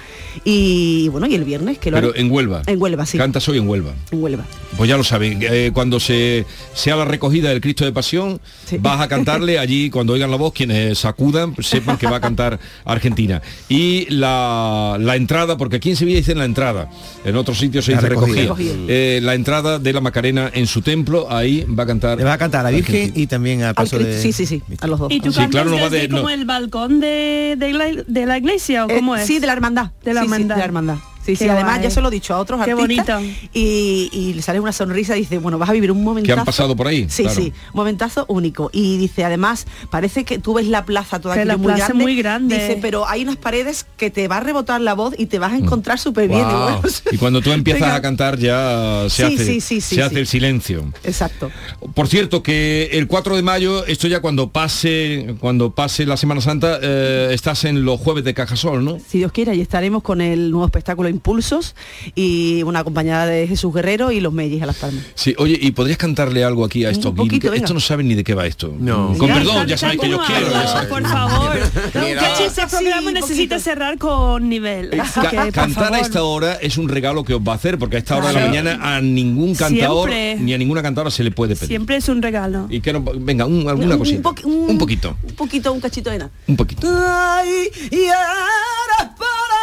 [SPEAKER 15] Y bueno, y el viernes que lo
[SPEAKER 1] Pero
[SPEAKER 15] haré-
[SPEAKER 1] en Huelva.
[SPEAKER 15] En Huelva, sí.
[SPEAKER 1] Cantas hoy en Huelva.
[SPEAKER 15] En Huelva.
[SPEAKER 1] Pues ya lo saben, eh, cuando se, se haga recogida del Cristo de Pasión, vas a cantarle allí, cuando oigan la voz, quienes sacudan, sepan que va a cantar Argentina. Y la, la entrada, porque aquí en Sevilla dicen la entrada, en otros sitios se
[SPEAKER 5] La
[SPEAKER 1] dice recogida.
[SPEAKER 5] recogida. Recogida.
[SPEAKER 1] Eh, la entrada de la Macarena en su templo, ahí va a cantar. Le va
[SPEAKER 5] a cantar a la Virgen y también a paso
[SPEAKER 1] Pues
[SPEAKER 5] de...
[SPEAKER 15] sí, a los dos.
[SPEAKER 3] ¿Y tú
[SPEAKER 1] Sí, claro, no va
[SPEAKER 3] cantas desde
[SPEAKER 1] de- no.
[SPEAKER 3] como el balcón de, de la, de la iglesia o
[SPEAKER 15] Eh,
[SPEAKER 3] cómo es?
[SPEAKER 15] sí, de la hermandad.
[SPEAKER 3] De la
[SPEAKER 15] Sí, sí,
[SPEAKER 3] hermandad.
[SPEAKER 15] de la hermandad. Sí,
[SPEAKER 3] Qué
[SPEAKER 15] sí, además
[SPEAKER 3] guay.
[SPEAKER 15] ya se lo he dicho a otros
[SPEAKER 3] Qué
[SPEAKER 15] artistas y, y le sale una sonrisa y dice, bueno, vas a vivir un momentazo.
[SPEAKER 1] pasado por ahí,
[SPEAKER 15] Sí,
[SPEAKER 1] claro.
[SPEAKER 15] sí, un momentazo único. Y dice, además, parece que tú ves la plaza toda
[SPEAKER 3] Que
[SPEAKER 15] aquí
[SPEAKER 3] la
[SPEAKER 15] muy,
[SPEAKER 3] plaza es
[SPEAKER 15] grande.
[SPEAKER 3] muy grande.
[SPEAKER 15] Dice, pero hay unas paredes que te va a rebotar la voz y te
[SPEAKER 1] Mm.
[SPEAKER 15] vas a encontrar súper bien. Y
[SPEAKER 1] Wow.
[SPEAKER 15] bueno,
[SPEAKER 1] Y cuando tú empiezas
[SPEAKER 15] Venga.
[SPEAKER 1] a cantar ya se
[SPEAKER 15] Sí,
[SPEAKER 1] hace,
[SPEAKER 15] sí, sí, sí,
[SPEAKER 1] se hace
[SPEAKER 15] sí.
[SPEAKER 1] el silencio.
[SPEAKER 15] Exacto.
[SPEAKER 1] Por cierto, que el 4 de mayo, esto ya cuando pase, cuando pase la Semana Santa, eh, estás en los jueves de Cajasol, ¿no?
[SPEAKER 15] Si Dios quiere, ahí estaremos con el nuevo espectáculo Impulsos y una acompañada de Jesús Guerrero y los Mellis a las palmas.
[SPEAKER 1] Sí, oye, ¿y podrías cantarle algo aquí a estos Gil?
[SPEAKER 15] poquito,
[SPEAKER 1] Que Esto
[SPEAKER 15] venga.
[SPEAKER 1] no saben ni de qué va esto. Con
[SPEAKER 3] Ya,
[SPEAKER 1] perdón,
[SPEAKER 3] canta
[SPEAKER 1] ya sabéis que yo
[SPEAKER 3] como
[SPEAKER 1] quiero. ¿eh?
[SPEAKER 3] algo,
[SPEAKER 1] ya sabéis.
[SPEAKER 3] Por favor.
[SPEAKER 1] Mira.
[SPEAKER 3] Este programa necesita cerrar con nivel. Así
[SPEAKER 1] Eh, Ca-
[SPEAKER 3] que, por
[SPEAKER 1] cantar a
[SPEAKER 3] favor.
[SPEAKER 1] esta hora es un regalo que os va a hacer, porque a esta hora de la
[SPEAKER 3] Claro.
[SPEAKER 1] mañana a ningún cantador
[SPEAKER 3] Siempre.
[SPEAKER 1] ni a ninguna cantadora se le puede pedir.
[SPEAKER 3] Siempre es un regalo.
[SPEAKER 1] Y que no- venga, un- alguna
[SPEAKER 3] Un
[SPEAKER 1] cosita.
[SPEAKER 3] poqui-
[SPEAKER 1] Un, poquito.
[SPEAKER 15] Un poquito, un cachito de nada.
[SPEAKER 1] Un poquito.
[SPEAKER 21] Ay, y eres para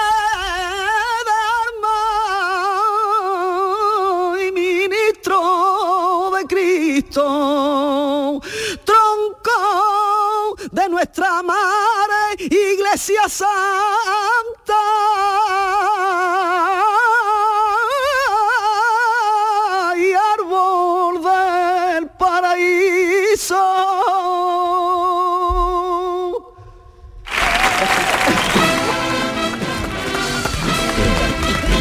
[SPEAKER 21] y ministro de Cristo, tronco de nuestra madre Iglesia Santa y árbol del paraíso.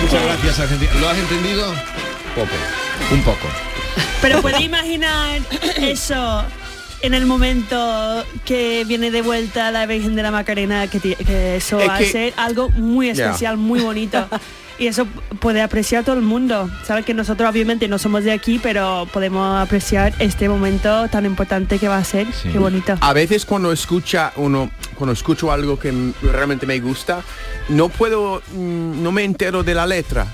[SPEAKER 1] Muchas gracias, Argentina. ¿Lo has entendido? Poco. Un poco.
[SPEAKER 3] Pero puede imaginar eso en el momento que viene de vuelta la Virgen de la Macarena, que, ti- que eso
[SPEAKER 2] Es
[SPEAKER 3] va
[SPEAKER 2] que-
[SPEAKER 3] a ser algo muy
[SPEAKER 2] Ya.
[SPEAKER 3] especial, muy bonito. Y eso puede apreciar todo el mundo. Sabes que nosotros obviamente no somos de aquí, pero podemos apreciar este momento tan importante que va a ser. Qué bonito.
[SPEAKER 2] A veces cuando escucha uno, cuando escucho algo que m- realmente me gusta, no puedo, mm, no me entero de la letra.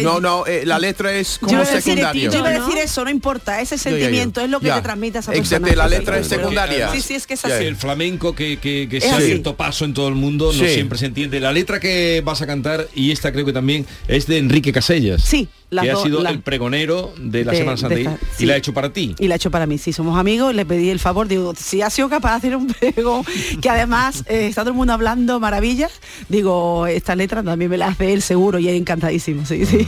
[SPEAKER 2] No, no, eh, la letra
[SPEAKER 15] yo
[SPEAKER 2] es como
[SPEAKER 15] iba a decir,
[SPEAKER 2] secundario.
[SPEAKER 15] yo iba a decir eso, no importa, ese
[SPEAKER 2] Ya, ya, ya.
[SPEAKER 15] sentimiento es lo que
[SPEAKER 2] Ya.
[SPEAKER 15] te transmite a esa
[SPEAKER 2] Excepto
[SPEAKER 15] persona.
[SPEAKER 2] la
[SPEAKER 15] Sí,
[SPEAKER 2] letra
[SPEAKER 15] sí,
[SPEAKER 2] es
[SPEAKER 15] sí.
[SPEAKER 2] secundaria.
[SPEAKER 15] Sí, sí, es que es
[SPEAKER 1] Ya,
[SPEAKER 15] así.
[SPEAKER 1] El flamenco que, que, que
[SPEAKER 15] Es
[SPEAKER 1] sea
[SPEAKER 15] así.
[SPEAKER 1] cierto paso en todo el mundo no
[SPEAKER 2] Sí.
[SPEAKER 1] siempre se entiende. La letra que vas a cantar, y esta creo que también, es de Enrique Casellas. Sí,
[SPEAKER 15] las
[SPEAKER 1] que ha
[SPEAKER 15] dos-
[SPEAKER 1] sido
[SPEAKER 15] las-
[SPEAKER 1] el pregonero de la
[SPEAKER 15] de-
[SPEAKER 1] Semana Santa
[SPEAKER 15] de
[SPEAKER 1] y-
[SPEAKER 15] esta-
[SPEAKER 1] y
[SPEAKER 15] sí.
[SPEAKER 1] la ha hecho para ti.
[SPEAKER 15] Y la ha hecho para mí, sí, somos amigos, le pedí el favor, digo, si ha sido capaz de hacer un pregón, que además eh, está todo el mundo hablando maravillas, digo, esta letra también me la hace él seguro y él encantadísimo, sí, sí.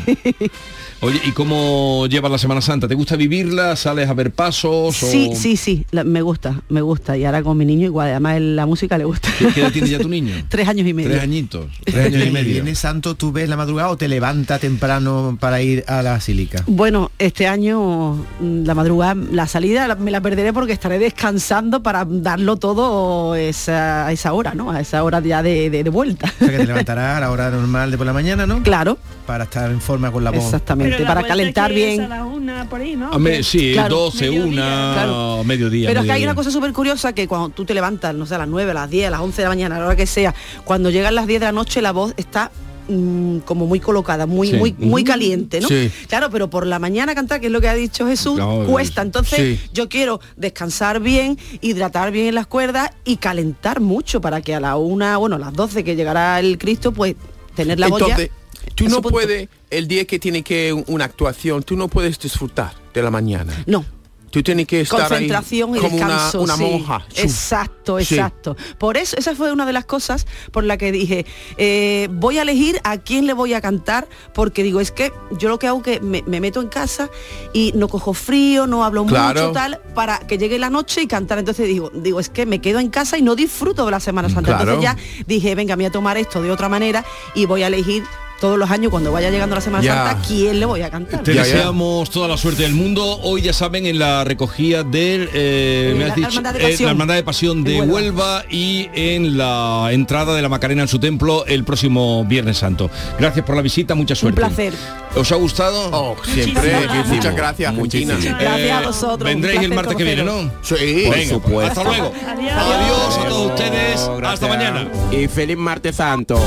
[SPEAKER 1] Oye, ¿y cómo llevas la Semana Santa? ¿Te gusta vivirla? ¿Sales a ver pasos? o-
[SPEAKER 15] Sí, sí, sí, la- me gusta, me gusta. Y ahora con mi niño igual, además él- la música le gusta.
[SPEAKER 1] ¿Qué, qué edad tiene ya tu niño?
[SPEAKER 15] Tres años y medio.
[SPEAKER 1] Tres añitos.
[SPEAKER 5] Tres años y medio.
[SPEAKER 1] medio.
[SPEAKER 5] ¿Viene santo tú ves la madrugada o te levanta temprano para ir a la basílica?
[SPEAKER 15] Bueno, este año mm, la madrugada, la salida la- me la perderé porque estaré descansando para darlo todo esa- a esa hora, ¿no? A esa hora ya de, de- de vuelta.
[SPEAKER 5] O sea, que te levantarás a la hora normal de por la mañana, ¿no?
[SPEAKER 15] Claro.
[SPEAKER 5] Para estar en forma con la voz.
[SPEAKER 15] Exactamente,
[SPEAKER 3] Pero la
[SPEAKER 15] para
[SPEAKER 3] vuelta
[SPEAKER 15] calentar
[SPEAKER 3] que es
[SPEAKER 15] bien.
[SPEAKER 3] a la una, por ahí, ¿no?
[SPEAKER 1] A me- sí,
[SPEAKER 15] Claro,
[SPEAKER 1] 12, una,
[SPEAKER 15] Claro.
[SPEAKER 1] mediodía.
[SPEAKER 15] Pero es que hay
[SPEAKER 1] mediodía.
[SPEAKER 15] una cosa súper curiosa que cuando tú te levantas, no sé, a las 9, a las 10, a las 11 de la mañana, a la hora que sea, cuando llegan las 10 de la noche la voz está mm, como muy colocada, muy
[SPEAKER 8] Sí.
[SPEAKER 15] muy muy
[SPEAKER 8] Mm.
[SPEAKER 15] caliente, ¿no?
[SPEAKER 8] Sí.
[SPEAKER 15] Claro, pero por la mañana cantar, que es lo que ha dicho Jesús,
[SPEAKER 8] No,
[SPEAKER 15] cuesta. Entonces,
[SPEAKER 8] sí.
[SPEAKER 15] yo quiero descansar bien, hidratar bien las cuerdas y calentar mucho para que a la una, bueno, a las 12 que llegará el Cristo, pues tener la voz ya-
[SPEAKER 2] Entonces, tú
[SPEAKER 15] en su
[SPEAKER 2] no
[SPEAKER 15] punto.
[SPEAKER 2] puedes, el día que tiene que un- una actuación, tú no puedes disfrutar de la mañana.
[SPEAKER 15] No.
[SPEAKER 2] Tú tienes que estar
[SPEAKER 15] concentración
[SPEAKER 2] ahí
[SPEAKER 15] y
[SPEAKER 2] como una-
[SPEAKER 15] descanso
[SPEAKER 2] una,
[SPEAKER 15] sí.
[SPEAKER 2] monja. Chu.
[SPEAKER 15] exacto
[SPEAKER 2] Sí.
[SPEAKER 15] exacto por eso esa fue una de las cosas por la que dije eh, voy a elegir a quién le voy a cantar porque digo es que yo lo que hago que me, me meto en casa y no cojo frío no hablo
[SPEAKER 2] Claro.
[SPEAKER 15] mucho tal para que llegue la noche y cantar entonces digo digo es que me quedo en casa y no disfruto de la semana santa
[SPEAKER 2] Mm, Claro.
[SPEAKER 15] entonces ya dije venga me voy a tomar esto de otra manera y voy a elegir todos los años cuando vaya llegando la Semana
[SPEAKER 1] Ya.
[SPEAKER 15] Santa, ¿quién le voy a cantar?
[SPEAKER 1] Te deseamos toda la suerte del mundo. Hoy ya saben en la recogida del eh,
[SPEAKER 15] Eh,
[SPEAKER 1] me
[SPEAKER 15] la
[SPEAKER 1] has dicho,
[SPEAKER 15] Hermandad de
[SPEAKER 1] eh,
[SPEAKER 15] Pasión.
[SPEAKER 1] la hermandad de pasión de
[SPEAKER 15] En
[SPEAKER 1] Huelva.
[SPEAKER 15] Huelva.
[SPEAKER 1] y en la entrada de la Macarena en su templo el próximo Viernes Santo. Gracias por la visita, mucha suerte.
[SPEAKER 15] placer.
[SPEAKER 1] ¿Os ha gustado? Oh,
[SPEAKER 2] siempre. Muchísimo. Muchas gracias, Argentina. Gracias a vosotros, un
[SPEAKER 1] Vendréis el
[SPEAKER 2] placer
[SPEAKER 1] martes que viene, ¿no?
[SPEAKER 2] conoceros. Sí.
[SPEAKER 4] Por
[SPEAKER 1] Venga, pues,
[SPEAKER 4] supuesto.
[SPEAKER 1] Hasta luego. Adiós a todos ustedes. Hasta mañana.
[SPEAKER 4] Y feliz martes santo.